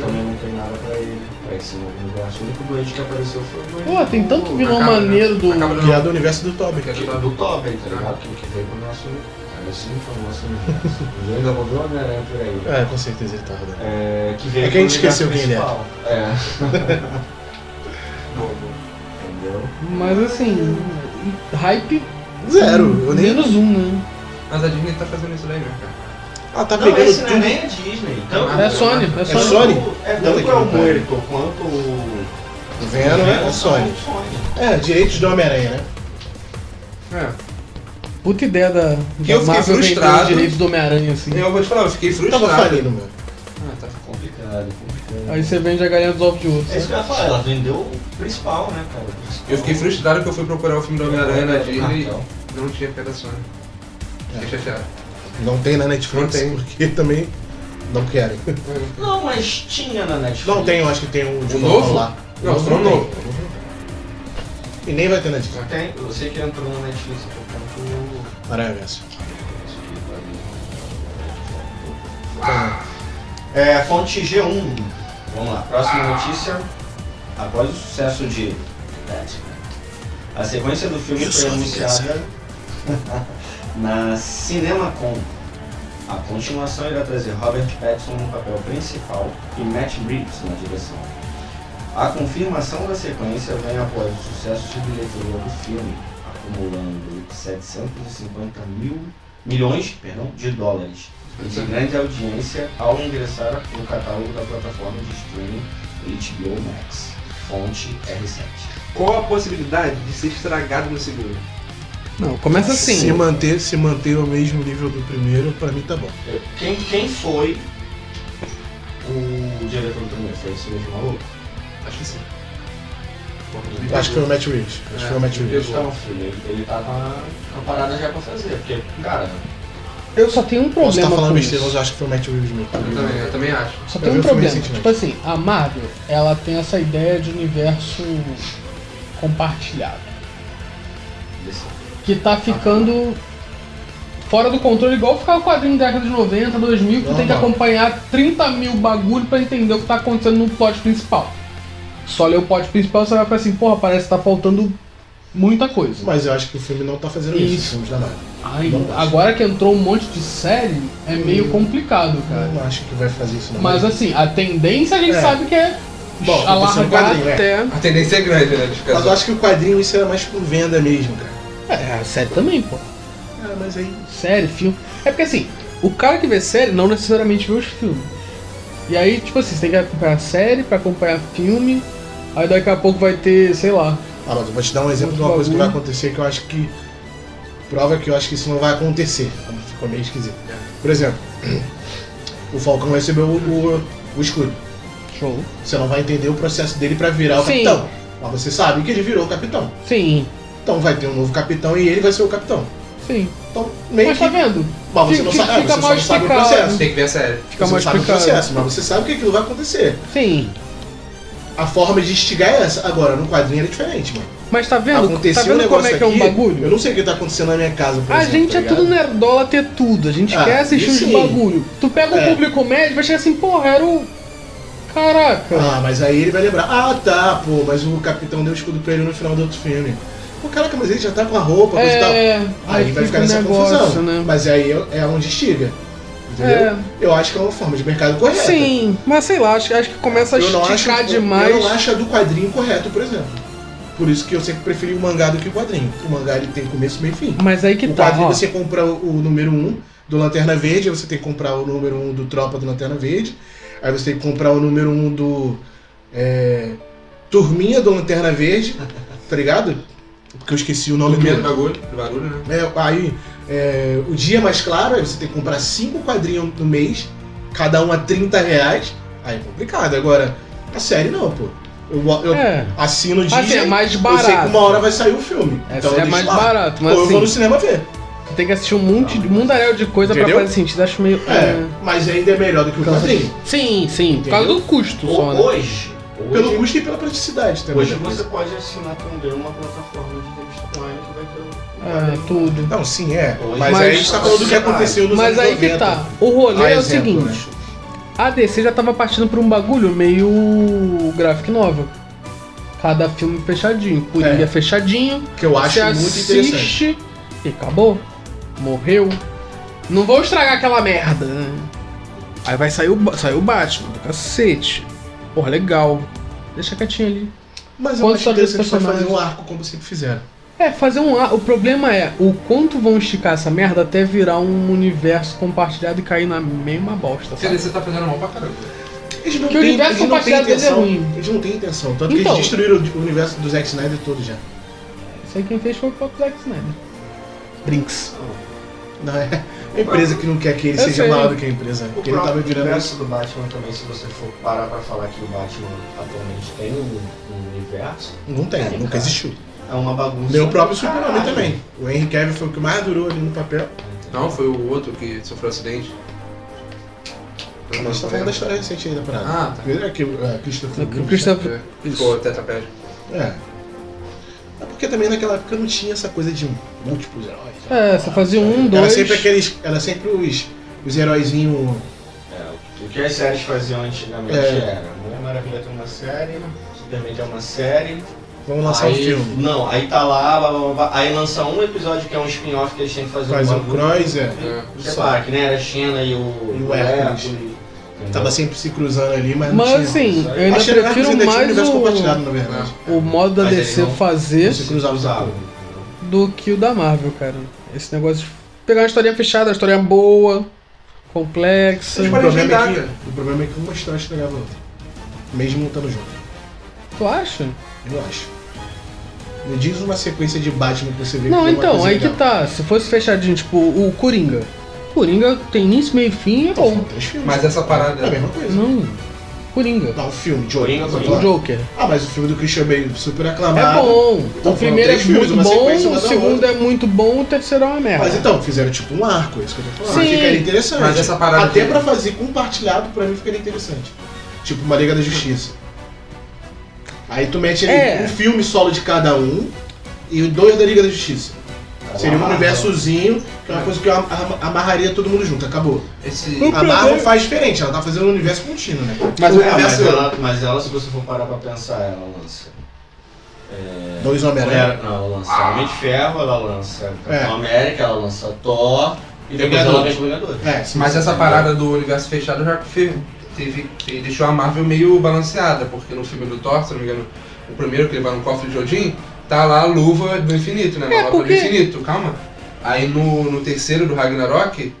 [SPEAKER 2] Também não tem nada pra ele, pra esse novo universo. O único doente que apareceu foi o doente.
[SPEAKER 1] Pô, tem tanto vilão
[SPEAKER 4] Acaba, né?
[SPEAKER 1] maneiro do.
[SPEAKER 4] Acaba
[SPEAKER 3] Que é do universo do Tobin.
[SPEAKER 4] Quer
[SPEAKER 2] do, do Tobin, tá ligado? Que, que veio pro nosso. Cara, assim foi o nosso universo. Eu ainda vou ver o Homem-Aranha né, por aí.
[SPEAKER 3] É, com certeza ele tá rodando.
[SPEAKER 2] É, que veio
[SPEAKER 3] É que a gente
[SPEAKER 2] pro
[SPEAKER 3] esqueceu
[SPEAKER 2] universo
[SPEAKER 3] quem ele é.
[SPEAKER 2] principal. É,
[SPEAKER 4] Boa, boa.
[SPEAKER 2] entendeu?
[SPEAKER 1] Mas assim, hype
[SPEAKER 3] Zero, eu nem.
[SPEAKER 1] menos um, né?
[SPEAKER 4] Mas a Disney tá fazendo isso daí, né, cara?
[SPEAKER 3] Ah, tá
[SPEAKER 2] Não,
[SPEAKER 3] pegando
[SPEAKER 2] esse não é
[SPEAKER 3] tudo.
[SPEAKER 2] nem a Disney. Então,
[SPEAKER 3] Ah,
[SPEAKER 1] É Sony, é Sony.
[SPEAKER 3] Sony?
[SPEAKER 2] É
[SPEAKER 3] Puta
[SPEAKER 2] tanto
[SPEAKER 3] que
[SPEAKER 2] é o
[SPEAKER 3] pariu.
[SPEAKER 2] Muerto quanto o.
[SPEAKER 3] O Venom é o Sony. É, direitos do Homem-Aranha, né?
[SPEAKER 4] É.
[SPEAKER 1] Puta ideia da,
[SPEAKER 4] fiquei
[SPEAKER 1] da Marvel
[SPEAKER 4] frustrado.
[SPEAKER 1] vendendo direitos do Homem-Aranha, assim.
[SPEAKER 4] Eu vou te falar, eu fiquei
[SPEAKER 3] Tava
[SPEAKER 4] frustrado.
[SPEAKER 3] falindo, meu.
[SPEAKER 4] Ah, tá.
[SPEAKER 2] Complicado, complicado.
[SPEAKER 1] Aí você vende a galinha dos ovos de outro.
[SPEAKER 2] É isso que eu ia falar, ela vendeu o principal, né, cara? O principal.
[SPEAKER 4] Eu fiquei frustrado que eu fui procurar o filme do Homem-Aranha na Disney
[SPEAKER 2] Cartão.
[SPEAKER 4] e não tinha pé da Sony.
[SPEAKER 3] É.
[SPEAKER 4] Fiquei chateado.
[SPEAKER 3] Não tem na Netflix,
[SPEAKER 4] Não tem.
[SPEAKER 3] porque também não querem.
[SPEAKER 2] Não, mas tinha na Netflix.
[SPEAKER 3] Não tem, eu acho que tem um de
[SPEAKER 4] O
[SPEAKER 3] novo,
[SPEAKER 4] novo?
[SPEAKER 3] lá.
[SPEAKER 4] Não,
[SPEAKER 3] O
[SPEAKER 4] só o
[SPEAKER 3] tem.
[SPEAKER 4] novo.
[SPEAKER 3] E nem vai ter na Netflix.
[SPEAKER 2] Tem, eu sei que entrou na Netflix por causa
[SPEAKER 3] Aranha Verso.
[SPEAKER 2] do. É, fonte G1. Vamos lá, próxima notícia. Após o sucesso de Batman, a sequência do filme
[SPEAKER 3] Eu
[SPEAKER 2] foi
[SPEAKER 3] sou a
[SPEAKER 2] anunciada. Na CinemaCon, a continuação irá trazer Robert Pattinson no papel principal e Matt Reeves na direção. A confirmação da sequência vem após o sucesso de bilheteria do filme, acumulando 750 mil, milhões perdão, de dólares e de grande audiência ao ingressar no catálogo da plataforma de streaming HBO Max, fonte R7.
[SPEAKER 4] Qual a possibilidade de ser estragado no segundo?
[SPEAKER 1] Não, começa assim.
[SPEAKER 3] Se manter, se manter ao mesmo nível do primeiro, pra mim tá bom.
[SPEAKER 2] Quem, quem foi o diretor do primeiro? Foi esse mesmo maluco?
[SPEAKER 4] Acho que sim.
[SPEAKER 3] Eu Acho que foi o Matt Reeves. Acho que foi o Matt
[SPEAKER 2] Ele
[SPEAKER 3] Reeves.
[SPEAKER 2] estava filho, ele, ele tava com a parada já pra fazer, porque, cara,
[SPEAKER 1] Eu só tenho um
[SPEAKER 3] Posso estar
[SPEAKER 1] problema
[SPEAKER 3] falando
[SPEAKER 1] com
[SPEAKER 3] besteira,
[SPEAKER 1] isso.
[SPEAKER 3] mas eu acho que foi o Matt Reeves mesmo.
[SPEAKER 4] Eu também, eu também acho.
[SPEAKER 1] Só
[SPEAKER 3] Eu
[SPEAKER 1] tem
[SPEAKER 3] vi
[SPEAKER 1] um
[SPEAKER 3] o filme
[SPEAKER 1] problema.
[SPEAKER 3] recentemente.
[SPEAKER 1] Tipo assim, a Marvel, ela tem essa ideia de universo compartilhado.
[SPEAKER 2] desse-
[SPEAKER 1] Que tá ficando fora do controle, igual ficava o quadrinho da década de 90, 2000, que tu tem que
[SPEAKER 3] Normal.
[SPEAKER 1] acompanhar 30 mil bagulho pra entender o que tá acontecendo no plot principal. Só ler o plot principal, você vai ficar assim, porra, parece que tá faltando muita coisa.
[SPEAKER 3] Mas eu acho que o filme não tá fazendo isso,
[SPEAKER 1] Isso.
[SPEAKER 3] isso. não dá nada.
[SPEAKER 1] Ai, agora que entrou um monte de série, é meio complicado, cara.
[SPEAKER 3] Não acho que vai fazer isso não.
[SPEAKER 1] Mas assim, a tendência a gente
[SPEAKER 3] Hum. É.
[SPEAKER 1] sabe que é
[SPEAKER 3] Bom, aconteceu no
[SPEAKER 1] alargar
[SPEAKER 3] quadrinho, né?
[SPEAKER 1] até.
[SPEAKER 4] A tendência é grande, né? De ficar
[SPEAKER 3] Mas eu acho que o quadrinho isso era mais por venda mesmo, cara.
[SPEAKER 1] É, a série também, pô.
[SPEAKER 3] Ah, mas aí.
[SPEAKER 1] Série, filme. É porque assim, o cara que vê série não necessariamente vê os filmes. E aí, tipo assim, você tem que acompanhar série pra acompanhar filme. Aí daqui a pouco vai ter, sei lá.
[SPEAKER 3] Ah, mas eu vou te dar um exemplo de uma
[SPEAKER 1] Muito
[SPEAKER 3] coisa que vai
[SPEAKER 1] bagulho.
[SPEAKER 3] acontecer que eu acho que. Prova que eu acho que isso não vai acontecer. Ficou meio esquisito. Por exemplo, o Falcão recebeu o, o, o escudo.
[SPEAKER 1] Show.
[SPEAKER 3] Você não vai entender o processo dele pra virar o
[SPEAKER 1] Sim.
[SPEAKER 3] capitão. Mas você sabe que ele virou o capitão.
[SPEAKER 1] Sim,
[SPEAKER 3] Então vai ter um novo capitão e ele vai ser o capitão.
[SPEAKER 1] sim.
[SPEAKER 3] Então, meio
[SPEAKER 1] Mas
[SPEAKER 3] que.
[SPEAKER 1] tá vendo?
[SPEAKER 3] Mas você não
[SPEAKER 1] Fica-
[SPEAKER 3] sabe,
[SPEAKER 1] fica
[SPEAKER 3] você só
[SPEAKER 1] mal
[SPEAKER 3] não sabe o
[SPEAKER 1] explicado.
[SPEAKER 3] processo.
[SPEAKER 4] Tem que ver a série.
[SPEAKER 1] Fica
[SPEAKER 3] você não
[SPEAKER 1] mais
[SPEAKER 3] sabe o
[SPEAKER 1] explicado.
[SPEAKER 3] processo, mas você sabe que aquilo vai acontecer.
[SPEAKER 1] Sim.
[SPEAKER 3] A forma de instigar é essa. Agora, no quadrinho era diferente, mano.
[SPEAKER 1] Mas tá vendo?
[SPEAKER 3] Aconteceu
[SPEAKER 1] tá vendo
[SPEAKER 3] um
[SPEAKER 1] como
[SPEAKER 3] negócio
[SPEAKER 1] é que é um
[SPEAKER 3] aqui, Eu
[SPEAKER 1] bagulho?
[SPEAKER 3] não sei o que tá acontecendo na minha casa, por
[SPEAKER 1] A
[SPEAKER 3] exemplo,
[SPEAKER 1] gente
[SPEAKER 3] tá
[SPEAKER 1] é tudo
[SPEAKER 3] ligado?
[SPEAKER 1] nerdola ter tudo. A gente
[SPEAKER 3] Ah,
[SPEAKER 1] quer assistir
[SPEAKER 3] isso
[SPEAKER 1] os
[SPEAKER 3] sim.
[SPEAKER 1] bagulho. Tu pega
[SPEAKER 3] É.
[SPEAKER 1] um público médio vai chegar assim, porra, era o. Caraca.
[SPEAKER 3] Ah, mas aí ele vai lembrar. Ah, tá, pô, mas o capitão deu o escudo pra ele no final do outro filme. Pô, caraca, mas ele já tá com a roupa, coisa e tal.
[SPEAKER 1] É,
[SPEAKER 3] Aí vai ficar
[SPEAKER 1] um
[SPEAKER 3] nessa
[SPEAKER 1] negócio,
[SPEAKER 3] confusão.
[SPEAKER 1] né?
[SPEAKER 3] Mas aí é é onde instiga. Entendeu?
[SPEAKER 1] É.
[SPEAKER 3] Eu acho que é uma forma de mercado correta.
[SPEAKER 1] Sim, mas sei lá, acho, acho que começa a
[SPEAKER 3] eu não
[SPEAKER 1] esticar
[SPEAKER 3] acho, eu-
[SPEAKER 1] demais.
[SPEAKER 3] Eu não acho a do quadrinho correto, por exemplo. Por isso que eu sempre preferi o mangá do que o quadrinho. O mangá ele tem começo, meio e fim.
[SPEAKER 1] Mas aí que
[SPEAKER 3] o
[SPEAKER 1] tá.
[SPEAKER 3] quadrinho
[SPEAKER 1] ó.
[SPEAKER 3] Então, você compra o, o número 1 um do Lanterna Verde, aí você tem que comprar o número 1 um do Tropa do Lanterna Verde, aí você tem que comprar o número 1 um do é, Turminha do Lanterna Verde, tá ligado? Porque eu esqueci o nome
[SPEAKER 4] Dormia do
[SPEAKER 3] do.
[SPEAKER 4] bagulho, do barulho, né?
[SPEAKER 3] É, aí, é, o Dia Mais Claro, aí você tem que comprar cinco quadrinhos no mês, cada um a 30 reais. Aí é complicado. Agora, a série não, pô. Eu, eu
[SPEAKER 1] É.
[SPEAKER 3] assino o
[SPEAKER 1] Assim, é
[SPEAKER 3] Disney,
[SPEAKER 1] mais
[SPEAKER 3] eu sei que
[SPEAKER 1] barato.
[SPEAKER 3] uma hora vai sair o filme.
[SPEAKER 1] É,
[SPEAKER 3] então eu
[SPEAKER 1] é
[SPEAKER 3] deixo
[SPEAKER 1] mais
[SPEAKER 3] lá.
[SPEAKER 1] barato,
[SPEAKER 3] Ou
[SPEAKER 1] mas
[SPEAKER 3] eu vou no
[SPEAKER 1] assim,
[SPEAKER 3] cinema ver.
[SPEAKER 1] tu tem que assistir um monte de mundaréu de coisa
[SPEAKER 3] Entendeu?
[SPEAKER 1] pra fazer sentido. Acho meio.
[SPEAKER 3] É,
[SPEAKER 1] é, Então, assim,
[SPEAKER 3] mas ainda é melhor do que o
[SPEAKER 1] cansa-
[SPEAKER 3] quadrinho.
[SPEAKER 1] Sim, sim, por causa do custo só,
[SPEAKER 2] Ho-
[SPEAKER 1] né?
[SPEAKER 2] Hoje,
[SPEAKER 3] Pelo
[SPEAKER 2] hoje,
[SPEAKER 3] custo e pela praticidade também.
[SPEAKER 2] hoje você pode assinar também uma plataforma de revista online que vai ter um o-
[SPEAKER 1] É, tudo.
[SPEAKER 3] Não, sim, é.
[SPEAKER 2] Hoje-
[SPEAKER 3] Mas, aí a gente tá falando do que aconteceu nos
[SPEAKER 1] Mas
[SPEAKER 3] anos
[SPEAKER 1] aí que
[SPEAKER 3] 90.
[SPEAKER 1] tá. O rolê
[SPEAKER 3] Ah,
[SPEAKER 1] é o
[SPEAKER 3] exemplo,
[SPEAKER 1] seguinte. A DC já tava partindo pra um bagulho meio graphic novel. Cada filme fechadinho. Coringa
[SPEAKER 3] É.
[SPEAKER 1] fechadinho.
[SPEAKER 3] Que eu acho
[SPEAKER 1] você
[SPEAKER 3] muito interessante.
[SPEAKER 1] assiste e acabou. Morreu. Não vou estragar aquela merda, né? Aí vai sair o, Ba- saiu o Batman do cacete. Porra, legal. Deixa quietinho ali.
[SPEAKER 3] Mas eu
[SPEAKER 1] Quanto
[SPEAKER 3] acho
[SPEAKER 1] sabe dos
[SPEAKER 3] interessante foi fazer
[SPEAKER 1] personagens?
[SPEAKER 3] um arco como sempre fizeram.
[SPEAKER 1] É, fazer um. ar- O problema é o quanto vão esticar essa merda até virar um universo compartilhado e cair na mesma bosta.
[SPEAKER 4] Porque
[SPEAKER 1] Sabe?
[SPEAKER 4] você tá fazendo mal pra caramba.
[SPEAKER 3] Eles não
[SPEAKER 1] Que o universo
[SPEAKER 3] têm- eles não têm
[SPEAKER 1] compartilhado dele é
[SPEAKER 3] intenção.
[SPEAKER 1] ruim.
[SPEAKER 3] Eles não têm intenção. Tanto que
[SPEAKER 1] Então.
[SPEAKER 3] eles destruíram o o universo do Zack Snyder todo já.
[SPEAKER 1] Isso aí quem fez foi o próprio Zack Snyder. Brinks.
[SPEAKER 3] Não é? A empresa que não quer que ele
[SPEAKER 1] Eu
[SPEAKER 3] seja
[SPEAKER 1] sei.
[SPEAKER 3] maior do que a empresa.
[SPEAKER 2] O
[SPEAKER 3] Porque ele tava
[SPEAKER 2] próprio
[SPEAKER 3] virando
[SPEAKER 2] universo do Batman também, se você for parar pra falar que o Batman atualmente tem um, um universo,
[SPEAKER 3] Não tem,
[SPEAKER 2] É,
[SPEAKER 3] nunca
[SPEAKER 2] cara.
[SPEAKER 3] existiu.
[SPEAKER 2] é uma bagunça.
[SPEAKER 3] Nem o próprio
[SPEAKER 2] do caralho.
[SPEAKER 3] Superman também. O Henry Cavill foi o que mais durou ali no papel.
[SPEAKER 4] Não, foi o outro que sofreu acidente.
[SPEAKER 3] Mas a gente tá falando da história recente ainda da parada.
[SPEAKER 4] Ah, tá.
[SPEAKER 3] Primeiro é que o é, Christopher
[SPEAKER 1] O
[SPEAKER 3] Reeve,
[SPEAKER 1] Christopher.
[SPEAKER 4] É, Ficou tetraplégico.
[SPEAKER 3] É. É porque também naquela época não tinha essa coisa de múltiplos heróis. né?
[SPEAKER 1] É, você fazia um,
[SPEAKER 3] Era
[SPEAKER 1] dois.
[SPEAKER 3] sempre aqueles. Era sempre os, os heróizinhos.
[SPEAKER 2] O que as séries faziam antigamente
[SPEAKER 3] É.
[SPEAKER 2] era Mulher Maravilha tem uma série, Superman tem uma série,
[SPEAKER 3] Vamos lançar o
[SPEAKER 2] Aí-
[SPEAKER 3] filme.
[SPEAKER 2] Não, aí tá lá, blá, blá, blá, blá. aí lança um episódio que é um spin-off que eles têm que fazer
[SPEAKER 3] Faz
[SPEAKER 2] um
[SPEAKER 3] o Cross, é.
[SPEAKER 4] É.
[SPEAKER 2] Separa, que né? Era a China e o.
[SPEAKER 3] E o Hércules. Tava sempre se cruzando ali, mas não
[SPEAKER 1] Mas
[SPEAKER 3] tinha.
[SPEAKER 1] assim, eu ainda
[SPEAKER 3] Acho que era
[SPEAKER 1] prefiro
[SPEAKER 3] um
[SPEAKER 1] mais
[SPEAKER 3] universo compartilhado,
[SPEAKER 1] o,
[SPEAKER 3] na verdade.
[SPEAKER 1] o modo da
[SPEAKER 2] Mas ele
[SPEAKER 1] DC
[SPEAKER 2] não-
[SPEAKER 1] fazer
[SPEAKER 3] Você cruzava os
[SPEAKER 2] Cruzava.
[SPEAKER 3] arcos.
[SPEAKER 1] do que o da Marvel, cara. Esse negócio de pegar uma historinha fechada, uma historinha boa, complexa.
[SPEAKER 3] O
[SPEAKER 4] Mas
[SPEAKER 3] problema,
[SPEAKER 4] não
[SPEAKER 3] é
[SPEAKER 4] tem
[SPEAKER 3] que, o problema é que uma história estragava a outra. Mesmo não estando junto. um
[SPEAKER 1] Tu acha?
[SPEAKER 3] Eu acho. Me diz uma sequência de Batman que você vê
[SPEAKER 1] Não,
[SPEAKER 3] que é uma
[SPEAKER 1] então,
[SPEAKER 3] coisa
[SPEAKER 1] aí que
[SPEAKER 3] legal.
[SPEAKER 1] tá. Se fosse fechadinho, tipo, o Coringa. Coringa tem início, meio e fim, é
[SPEAKER 3] Então,
[SPEAKER 1] bom.
[SPEAKER 3] foram três filmes.
[SPEAKER 4] Mas essa
[SPEAKER 3] É a
[SPEAKER 4] parada.
[SPEAKER 3] mesma coisa. Não,
[SPEAKER 1] Não. Coringa.
[SPEAKER 3] o filme, Joker.
[SPEAKER 2] Coringa,
[SPEAKER 3] você vai
[SPEAKER 1] O
[SPEAKER 2] Claro.
[SPEAKER 3] falar.
[SPEAKER 1] Joker.
[SPEAKER 3] Ah, mas o filme do Christian Bale, super
[SPEAKER 1] É
[SPEAKER 3] aclamado.
[SPEAKER 1] bom.
[SPEAKER 3] Então,
[SPEAKER 1] o primeiro
[SPEAKER 3] foram
[SPEAKER 1] é
[SPEAKER 3] três filmes,
[SPEAKER 1] muito
[SPEAKER 3] uma sequência,
[SPEAKER 1] bom,
[SPEAKER 3] uma
[SPEAKER 1] o
[SPEAKER 3] da
[SPEAKER 1] segundo
[SPEAKER 3] outra.
[SPEAKER 1] é muito bom, o terceiro é uma merda.
[SPEAKER 3] Mas então, fizeram tipo um arco, é isso que eu tô falando.
[SPEAKER 1] Sim.
[SPEAKER 3] Ficaria interessante.
[SPEAKER 4] Mas essa parada
[SPEAKER 3] Até
[SPEAKER 4] de-
[SPEAKER 3] pra fazer compartilhado, pra mim ficaria interessante. Tipo uma Liga da Justiça. Aí tu mete ali
[SPEAKER 1] É.
[SPEAKER 3] um filme solo de cada um e dois da Liga da Justiça. Seria um
[SPEAKER 2] Ah,
[SPEAKER 3] universozinho, que é uma coisa que eu am- am- amarraria todo mundo junto, acabou.
[SPEAKER 4] Esse.
[SPEAKER 1] O
[SPEAKER 3] A Marvel
[SPEAKER 1] problema-
[SPEAKER 3] faz diferente, ela tá fazendo um universo contínuo, né?
[SPEAKER 1] Mas
[SPEAKER 3] o
[SPEAKER 2] Ah, mas,
[SPEAKER 3] universo.
[SPEAKER 2] ela, mas ela, se você for parar pra pensar, ela lança. É...
[SPEAKER 3] Dois Homem-Aranha.
[SPEAKER 2] Mulher- Não, ela lança Homem de Ferro, ela lança Capitão
[SPEAKER 3] É.
[SPEAKER 2] América, ela lança Thor e depois
[SPEAKER 3] Vingadores.
[SPEAKER 2] ela vem com Vingadores.
[SPEAKER 3] É, sim,
[SPEAKER 4] Mas
[SPEAKER 3] sim.
[SPEAKER 4] essa parada do universo fechado já fe- teve, te- deixou a Marvel meio balanceada, porque no filme do Thor, se não me engano, o primeiro que ele vai no cofre de Odin, tá lá a luva do infinito, né?
[SPEAKER 1] É,
[SPEAKER 4] a luva do
[SPEAKER 1] porque-
[SPEAKER 4] infinito, calma. Aí no, no terceiro do Ragnarok,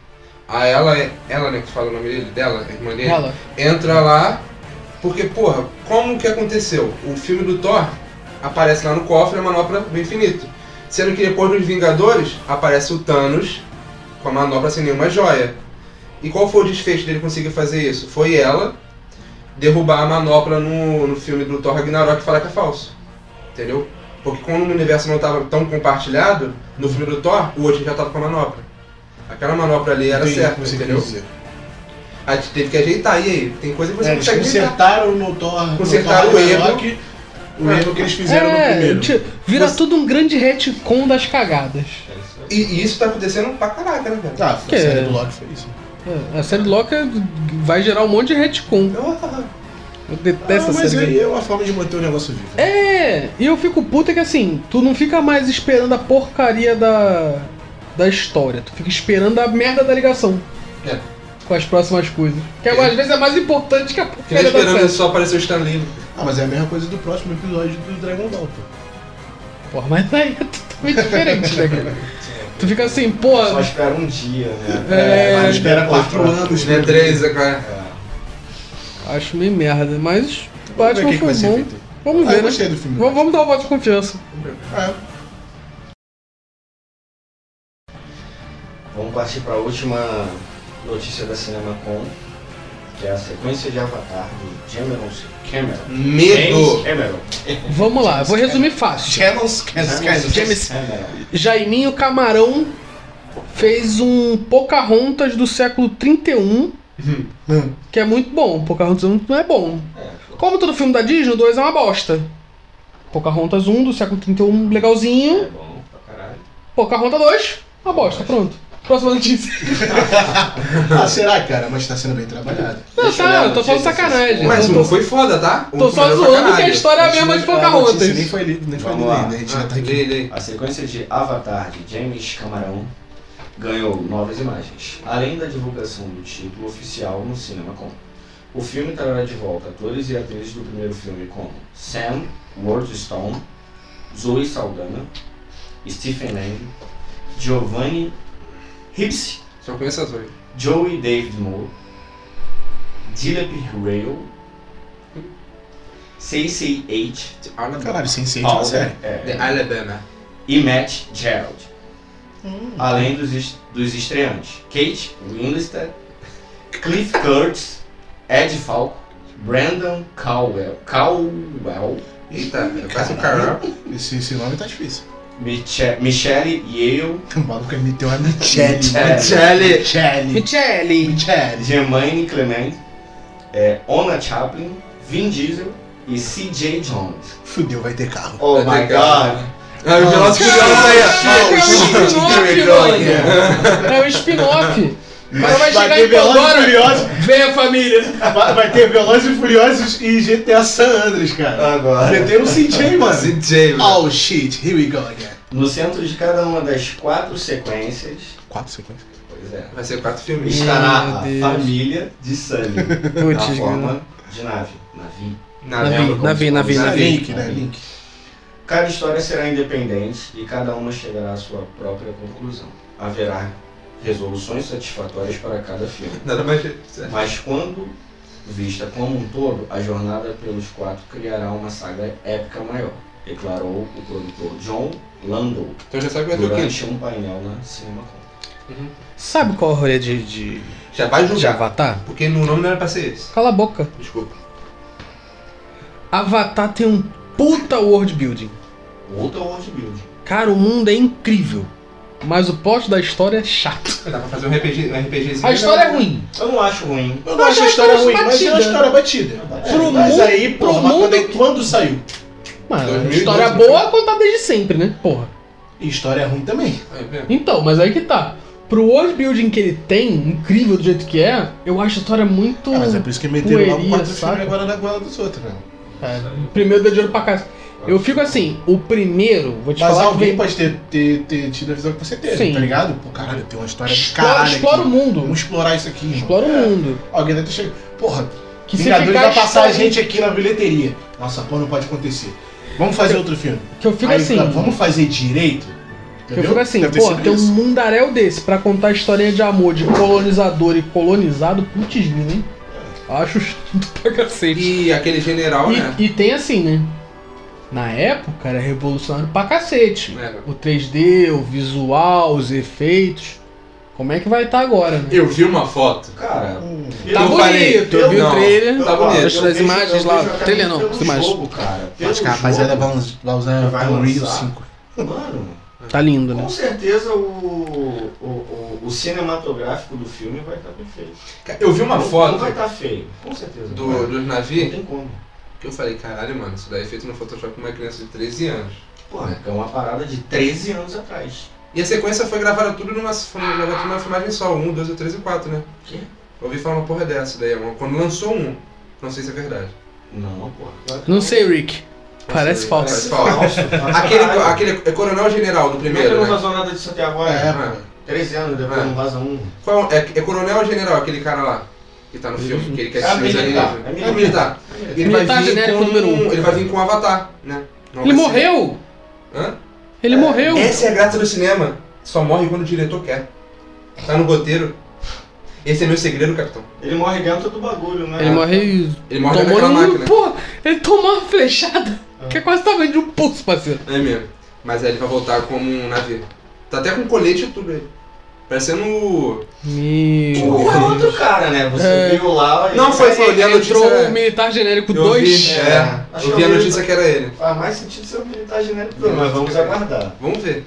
[SPEAKER 4] a ela, é- ela né, que fala o nome dele, dela, a
[SPEAKER 3] então,
[SPEAKER 4] irmã dele,
[SPEAKER 1] Ela.
[SPEAKER 4] entra lá, porque, porra, como que aconteceu? O filme do Thor aparece lá no cofre a manopla do infinito. Sendo que depois dos Vingadores aparece o Thanos com a manopla sem nenhuma joia. E qual foi o desfecho dele conseguir fazer isso? Foi ela derrubar a manopla no, no filme do Thor Ragnarok e falar que é falso. Entendeu? Porque quando o universo não estava tão compartilhado, no filme do Thor, o Odin já estava com a manopla. Aquela manopla ali era
[SPEAKER 3] Entendi o que
[SPEAKER 4] certa,
[SPEAKER 3] você quis
[SPEAKER 4] entendeu?
[SPEAKER 3] dizer.
[SPEAKER 4] A gente teve que ajeitar, e aí? Tem coisa que você
[SPEAKER 3] É, eles
[SPEAKER 4] consegue ajeitar.
[SPEAKER 3] consertaram no Thor.
[SPEAKER 4] Consertaram
[SPEAKER 3] no Thor
[SPEAKER 4] o erro.
[SPEAKER 3] Ragnarok, O erro que eles fizeram no
[SPEAKER 1] É,
[SPEAKER 3] primeiro.
[SPEAKER 1] ti- vira
[SPEAKER 4] Você-
[SPEAKER 1] tudo um grande retcon das cagadas.
[SPEAKER 2] É isso aí.
[SPEAKER 4] E, e isso tá acontecendo pra caraca, né, cara?
[SPEAKER 3] Tá,
[SPEAKER 1] Que
[SPEAKER 3] a série
[SPEAKER 1] é?
[SPEAKER 3] do Loki foi isso.
[SPEAKER 1] É, A série Loki vai gerar um monte de retcon. Eu detesto
[SPEAKER 3] ah,
[SPEAKER 1] essa
[SPEAKER 3] mas
[SPEAKER 1] série.
[SPEAKER 3] aí é uma forma de manter o negócio vivo.
[SPEAKER 1] É, e eu fico puto é que assim, tu não fica mais esperando a porcaria da, da história, tu fica esperando a merda da ligação.
[SPEAKER 4] É.
[SPEAKER 1] Com as próximas coisas. Que
[SPEAKER 4] É.
[SPEAKER 1] às vezes é mais importante que a
[SPEAKER 4] Fiquei
[SPEAKER 1] porcaria da
[SPEAKER 4] esperando
[SPEAKER 1] série.
[SPEAKER 4] só aparecer o Stanley.
[SPEAKER 3] Ah, mas é a mesma coisa do próximo episódio do Dragon Ball, pô.
[SPEAKER 1] Porra, mas daí é totalmente diferente, né, cara? Tu fica assim, porra.
[SPEAKER 2] Só espera um dia, né?
[SPEAKER 1] É,
[SPEAKER 2] Mas
[SPEAKER 3] espera quatro anos,
[SPEAKER 4] Né, três, agora.
[SPEAKER 1] Acho meio merda, mas
[SPEAKER 3] Vamos ver o
[SPEAKER 1] Batman
[SPEAKER 3] que que
[SPEAKER 1] foi
[SPEAKER 3] vai ser
[SPEAKER 1] bom.
[SPEAKER 3] feito.
[SPEAKER 1] Vamos
[SPEAKER 3] Ah, eu
[SPEAKER 1] ver, né?
[SPEAKER 3] gostei do filme.
[SPEAKER 1] Vamos, vamos dar o voto de confiança.
[SPEAKER 3] Ah,
[SPEAKER 2] Vamos partir para a última notícia da CinemaCon, que é a sequência de Avatar do Cameron Cameron. James
[SPEAKER 4] Medo!
[SPEAKER 2] Cameron.
[SPEAKER 1] Vamos lá, vou resumir fácil.
[SPEAKER 3] Channels,
[SPEAKER 4] Né,
[SPEAKER 3] Channels, Channels.
[SPEAKER 1] James-
[SPEAKER 2] Cameron.
[SPEAKER 1] Jaiminho Camarão fez um Pocahontas do século 31,
[SPEAKER 3] Hum.
[SPEAKER 1] que é muito bom. Pocahontas 1 não é bom.
[SPEAKER 2] É,
[SPEAKER 1] Como todo filme da Disney, o 2 é uma bosta. Pocahontas 1 do século 31, legalzinho.
[SPEAKER 2] é bom pra caralho.
[SPEAKER 1] Pocahontas 2, uma bosta, pronto. Próxima notícia.
[SPEAKER 3] Ah, será, cara? Mas tá sendo bem trabalhado.
[SPEAKER 1] Não,
[SPEAKER 2] Deixa eu
[SPEAKER 1] tá,
[SPEAKER 2] olhar assim.
[SPEAKER 1] eu tô
[SPEAKER 2] a
[SPEAKER 1] só de
[SPEAKER 2] notícia,
[SPEAKER 1] sacanagem.
[SPEAKER 4] Mas
[SPEAKER 1] Eu
[SPEAKER 2] Uhum.
[SPEAKER 4] um
[SPEAKER 1] tô-
[SPEAKER 4] foi foda, tá? Um
[SPEAKER 1] Tô só
[SPEAKER 4] foi pra
[SPEAKER 1] zoando que a
[SPEAKER 4] caralho.
[SPEAKER 1] história é a mesma de
[SPEAKER 3] A notícia nem
[SPEAKER 1] Pocahontas.
[SPEAKER 3] foi lida, nem foi
[SPEAKER 2] Vamos
[SPEAKER 3] lida
[SPEAKER 2] lá.
[SPEAKER 3] ainda. A gente já tá
[SPEAKER 4] Ah,
[SPEAKER 3] aqui.
[SPEAKER 4] lê, lê.
[SPEAKER 2] A sequência de Avatar de James Cameron ganhou novas imagens, além da divulgação do título oficial no CinemaCon. O filme trará de volta atores e atrizes do primeiro filme como Sam Worthington, Zoe Saldana, Stephen Lang, Giovanni Hibs,
[SPEAKER 4] Só conheço as oito.
[SPEAKER 2] Joey David Moore, Dilip Rail, CCH
[SPEAKER 3] Caralho, sem ser uma série.
[SPEAKER 2] Alder
[SPEAKER 4] The
[SPEAKER 2] é,
[SPEAKER 4] Alabama.
[SPEAKER 2] e Matt Gerald.
[SPEAKER 3] Hum.
[SPEAKER 2] além dos, es- dos estreantes Kate Winslet, Cliff Curtis, Ed Falco, Brandon Caldwell, Caldwell
[SPEAKER 4] Eita, quase um Carol.
[SPEAKER 3] Esse, esse nome tá difícil.
[SPEAKER 2] Miche- Michelle Yeo,
[SPEAKER 3] O maluco meteu a Michelle. né?
[SPEAKER 2] Michele.
[SPEAKER 3] Michelle.
[SPEAKER 1] Michele.
[SPEAKER 3] Michelle.
[SPEAKER 2] Germaine Clement, é, Ona Chaplin, Vin Diesel e C.J. Jones.
[SPEAKER 3] Fudeu, vai ter carro.
[SPEAKER 2] Oh my God!
[SPEAKER 4] Ah, o Veloz Furioso aí, ó.
[SPEAKER 1] É um spin-off, mano. É um spin-off. Ela vai chegar em
[SPEAKER 3] Velozes e
[SPEAKER 1] Pandora.
[SPEAKER 3] Furiosos.
[SPEAKER 1] Vem a família.
[SPEAKER 3] Vai, vai ter Velozes e Furiosos e GTA San Andreas, cara.
[SPEAKER 2] Agora.
[SPEAKER 3] Meteram o CJ, mano.
[SPEAKER 4] CJ, mano.
[SPEAKER 3] Oh shit, here we go again.
[SPEAKER 2] No centro de cada uma das quatro sequências,
[SPEAKER 3] Quatro sequências.
[SPEAKER 2] pois é,
[SPEAKER 4] Vai ser quatro filmes. tá?
[SPEAKER 2] estará a
[SPEAKER 1] Deus.
[SPEAKER 2] família de Sunny. na
[SPEAKER 3] Tá
[SPEAKER 1] Putz,
[SPEAKER 3] né?
[SPEAKER 1] grana.
[SPEAKER 2] forma de nave. Navio.
[SPEAKER 4] Na
[SPEAKER 1] Navi,
[SPEAKER 4] lembra
[SPEAKER 1] Navi, Navi,
[SPEAKER 3] Na
[SPEAKER 1] Navi.
[SPEAKER 3] tá Link, né? Link.
[SPEAKER 2] Cada história será independente e cada uma chegará à sua própria conclusão. Haverá resoluções satisfatórias para cada filme.
[SPEAKER 4] como- Nada mais. Então certo.
[SPEAKER 2] Mas quando vista como um todo, a jornada pelos quatro criará uma saga épica maior, declarou o produtor John Landau
[SPEAKER 4] Então já sabe que vai ter o quinto.
[SPEAKER 2] durante um painel na CinemaCon.
[SPEAKER 1] Sabe qual é o rolê de, de,
[SPEAKER 4] Já vai
[SPEAKER 1] de
[SPEAKER 4] julgar.
[SPEAKER 1] Avatar?
[SPEAKER 4] Porque no nome não era pra ser esse.
[SPEAKER 1] Cala a boca.
[SPEAKER 4] Desculpa.
[SPEAKER 1] Avatar tem um puta world building.
[SPEAKER 2] Outra world build.
[SPEAKER 1] Cara, o mundo é incrível. Mas o plot da história é chato.
[SPEAKER 4] Dá pra fazer um RPG, um RPGzinho.
[SPEAKER 1] A história é ruim.
[SPEAKER 2] Eu não acho ruim.
[SPEAKER 3] Eu não acho a história ruim, mas é uma
[SPEAKER 1] Batida.
[SPEAKER 3] história batida.
[SPEAKER 1] Pro
[SPEAKER 3] mas
[SPEAKER 1] mundo-
[SPEAKER 3] aí,
[SPEAKER 1] pro
[SPEAKER 3] porra, mas
[SPEAKER 1] mundo-
[SPEAKER 3] quando, é quando saiu?
[SPEAKER 1] Mano,
[SPEAKER 4] 2012,
[SPEAKER 1] história
[SPEAKER 4] né?
[SPEAKER 1] boa contada desde sempre, né? Porra.
[SPEAKER 3] E história ruim também.
[SPEAKER 4] Aí, vem.
[SPEAKER 1] Então, mas aí que tá. Pro world building que ele tem, incrível do jeito que é, eu acho a história muito.
[SPEAKER 3] Ah, mas é por isso que meteram logo
[SPEAKER 1] Hum, Poeria,
[SPEAKER 3] quatro
[SPEAKER 1] saca?
[SPEAKER 3] filmes agora na goela dos outros, né?
[SPEAKER 1] É, o primeiro deu dinheiro pra casa. Eu fico assim, o primeiro, vou te
[SPEAKER 3] Mas
[SPEAKER 1] falar que
[SPEAKER 3] alguém
[SPEAKER 1] vem.
[SPEAKER 3] pode ter, ter, ter tido a visão que você teve,
[SPEAKER 1] Sim.
[SPEAKER 3] tá ligado? Pô, caralho, tem uma história de
[SPEAKER 1] Explora,
[SPEAKER 3] caralho
[SPEAKER 1] explora o
[SPEAKER 3] aqui.
[SPEAKER 1] mundo.
[SPEAKER 3] Vamos explorar isso aqui, irmão. É.
[SPEAKER 1] Explora o mundo.
[SPEAKER 3] Alguém deve ter chegado. Porra,
[SPEAKER 1] Que se
[SPEAKER 3] Vingadores
[SPEAKER 1] ficar
[SPEAKER 3] vai passar a
[SPEAKER 1] estran-
[SPEAKER 3] gente aqui na bilheteria. Nossa, porra, não pode acontecer. Vamos fazer outro filme.
[SPEAKER 1] Que eu fico
[SPEAKER 3] Aí,
[SPEAKER 1] assim.
[SPEAKER 3] cara, vamos fazer direito?
[SPEAKER 1] que eu fico assim,
[SPEAKER 3] Deve ter
[SPEAKER 1] pô,
[SPEAKER 3] sido
[SPEAKER 1] tem um
[SPEAKER 3] isso.
[SPEAKER 1] mundaréu desse pra contar historinha de amor de colonizador e colonizado, putz, grilo, hein? Acho chato pra cacete.
[SPEAKER 4] E aquele general, né?
[SPEAKER 1] E, e tem assim, né? Na época era revolucionário pra cacete.
[SPEAKER 4] Era.
[SPEAKER 1] O 3D, o visual, os efeitos. Como é que vai estar agora, né?
[SPEAKER 4] Eu vi uma foto.
[SPEAKER 2] Cara,
[SPEAKER 3] Hum.
[SPEAKER 2] eu-
[SPEAKER 1] Tá
[SPEAKER 4] Eu falei,
[SPEAKER 1] bonito, eu vi
[SPEAKER 4] eu-
[SPEAKER 1] o trailer.
[SPEAKER 4] tá
[SPEAKER 2] eu-
[SPEAKER 4] bonito.
[SPEAKER 2] eu
[SPEAKER 1] Deixa as
[SPEAKER 2] vejo-
[SPEAKER 1] imagens
[SPEAKER 2] eu
[SPEAKER 1] lá,
[SPEAKER 2] vejo a camisa
[SPEAKER 1] trailer não, as
[SPEAKER 2] pelo
[SPEAKER 1] imagens.
[SPEAKER 2] jogo, cara.
[SPEAKER 3] Acho que
[SPEAKER 2] Pelo
[SPEAKER 3] a rapaziada é
[SPEAKER 2] jogo.
[SPEAKER 3] vai us- vai usar
[SPEAKER 2] Vai
[SPEAKER 3] o Unreal
[SPEAKER 2] lançar.
[SPEAKER 3] 5.
[SPEAKER 2] Mano,
[SPEAKER 1] Tá lindo, né?
[SPEAKER 2] com certeza o, o, o, o cinematográfico do filme vai estar perfeito.
[SPEAKER 4] Eu vi uma
[SPEAKER 2] Não-
[SPEAKER 4] foto
[SPEAKER 2] Não vai tá. estar feio. Com certeza. não
[SPEAKER 4] do,
[SPEAKER 2] vai.
[SPEAKER 4] dos
[SPEAKER 2] Não
[SPEAKER 4] navios
[SPEAKER 2] tem como.
[SPEAKER 4] que eu falei, caralho, mano, isso daí é feito no Photoshop com uma criança de 13 anos.
[SPEAKER 2] Porra, é uma parada de 13 anos atrás.
[SPEAKER 4] E a sequência foi gravada tudo numa, foi gravada tudo numa filmagem só, 1, 2, 3 e 4, né?
[SPEAKER 2] Quê?
[SPEAKER 4] Eu ouvi falar uma porra dessa daí, uma- quando lançou um. Não sei se é verdade.
[SPEAKER 2] Não, porra.
[SPEAKER 1] Não sei, Rick. Parece
[SPEAKER 4] sei,
[SPEAKER 1] falso.
[SPEAKER 4] parece falso.
[SPEAKER 2] Nossa,
[SPEAKER 4] Aquele,
[SPEAKER 2] caralho.
[SPEAKER 4] aquele é coronel general do
[SPEAKER 2] Como é que
[SPEAKER 4] primeiro,
[SPEAKER 2] não
[SPEAKER 4] né?
[SPEAKER 2] vazou nada disso até agora?
[SPEAKER 3] É.
[SPEAKER 4] Ah,
[SPEAKER 2] 13 anos depois
[SPEAKER 4] É.
[SPEAKER 2] não vaza um.
[SPEAKER 4] Qual, é, é coronel general, aquele cara lá, que tá no filme, que ele quer
[SPEAKER 2] É
[SPEAKER 4] destruir os
[SPEAKER 2] militar,
[SPEAKER 4] alienígenas.
[SPEAKER 2] é
[SPEAKER 4] É militar. Ele vai
[SPEAKER 1] Uhum. Militar
[SPEAKER 4] vir
[SPEAKER 1] genérico
[SPEAKER 4] com-
[SPEAKER 1] número um.
[SPEAKER 4] Ele vai vir com o Avatar, né? Não
[SPEAKER 1] Ele
[SPEAKER 4] vai ser-
[SPEAKER 1] morreu!
[SPEAKER 4] Hã?
[SPEAKER 1] Ele morreu!
[SPEAKER 4] Essa é a graça do cinema. Só morre quando o diretor quer. Tá no roteiro. Esse é meu segredo, capitão.
[SPEAKER 2] Ele morre dentro do bagulho, né?
[SPEAKER 1] Ele morreu e
[SPEAKER 4] Ele morre
[SPEAKER 1] tomou
[SPEAKER 4] naquela máquina.
[SPEAKER 1] um. Pô, ele tomou uma flechada
[SPEAKER 3] Ah.
[SPEAKER 1] que quase tava indo de um pulso, parceiro.
[SPEAKER 4] É mesmo. Mas aí ele vai voltar como um navio. Tá até com colete e tudo aí. Parecendo o.
[SPEAKER 1] Meu.
[SPEAKER 3] Tipo,
[SPEAKER 2] Porra, é outro cara, né? Você
[SPEAKER 1] É.
[SPEAKER 2] viu lá.
[SPEAKER 4] Não,
[SPEAKER 2] ele-
[SPEAKER 4] foi só olhando a
[SPEAKER 1] Entrou
[SPEAKER 3] é
[SPEAKER 4] notícia.
[SPEAKER 1] o militar genérico
[SPEAKER 4] Eu vi,
[SPEAKER 3] né?
[SPEAKER 1] 2.
[SPEAKER 4] é,
[SPEAKER 2] Acho
[SPEAKER 4] eu
[SPEAKER 2] que
[SPEAKER 4] vi a
[SPEAKER 2] eu vi.
[SPEAKER 4] notícia que era ele.
[SPEAKER 2] Faz mais sentido ser um militar genérico, mas vamos aguardar.
[SPEAKER 4] Vamos ver.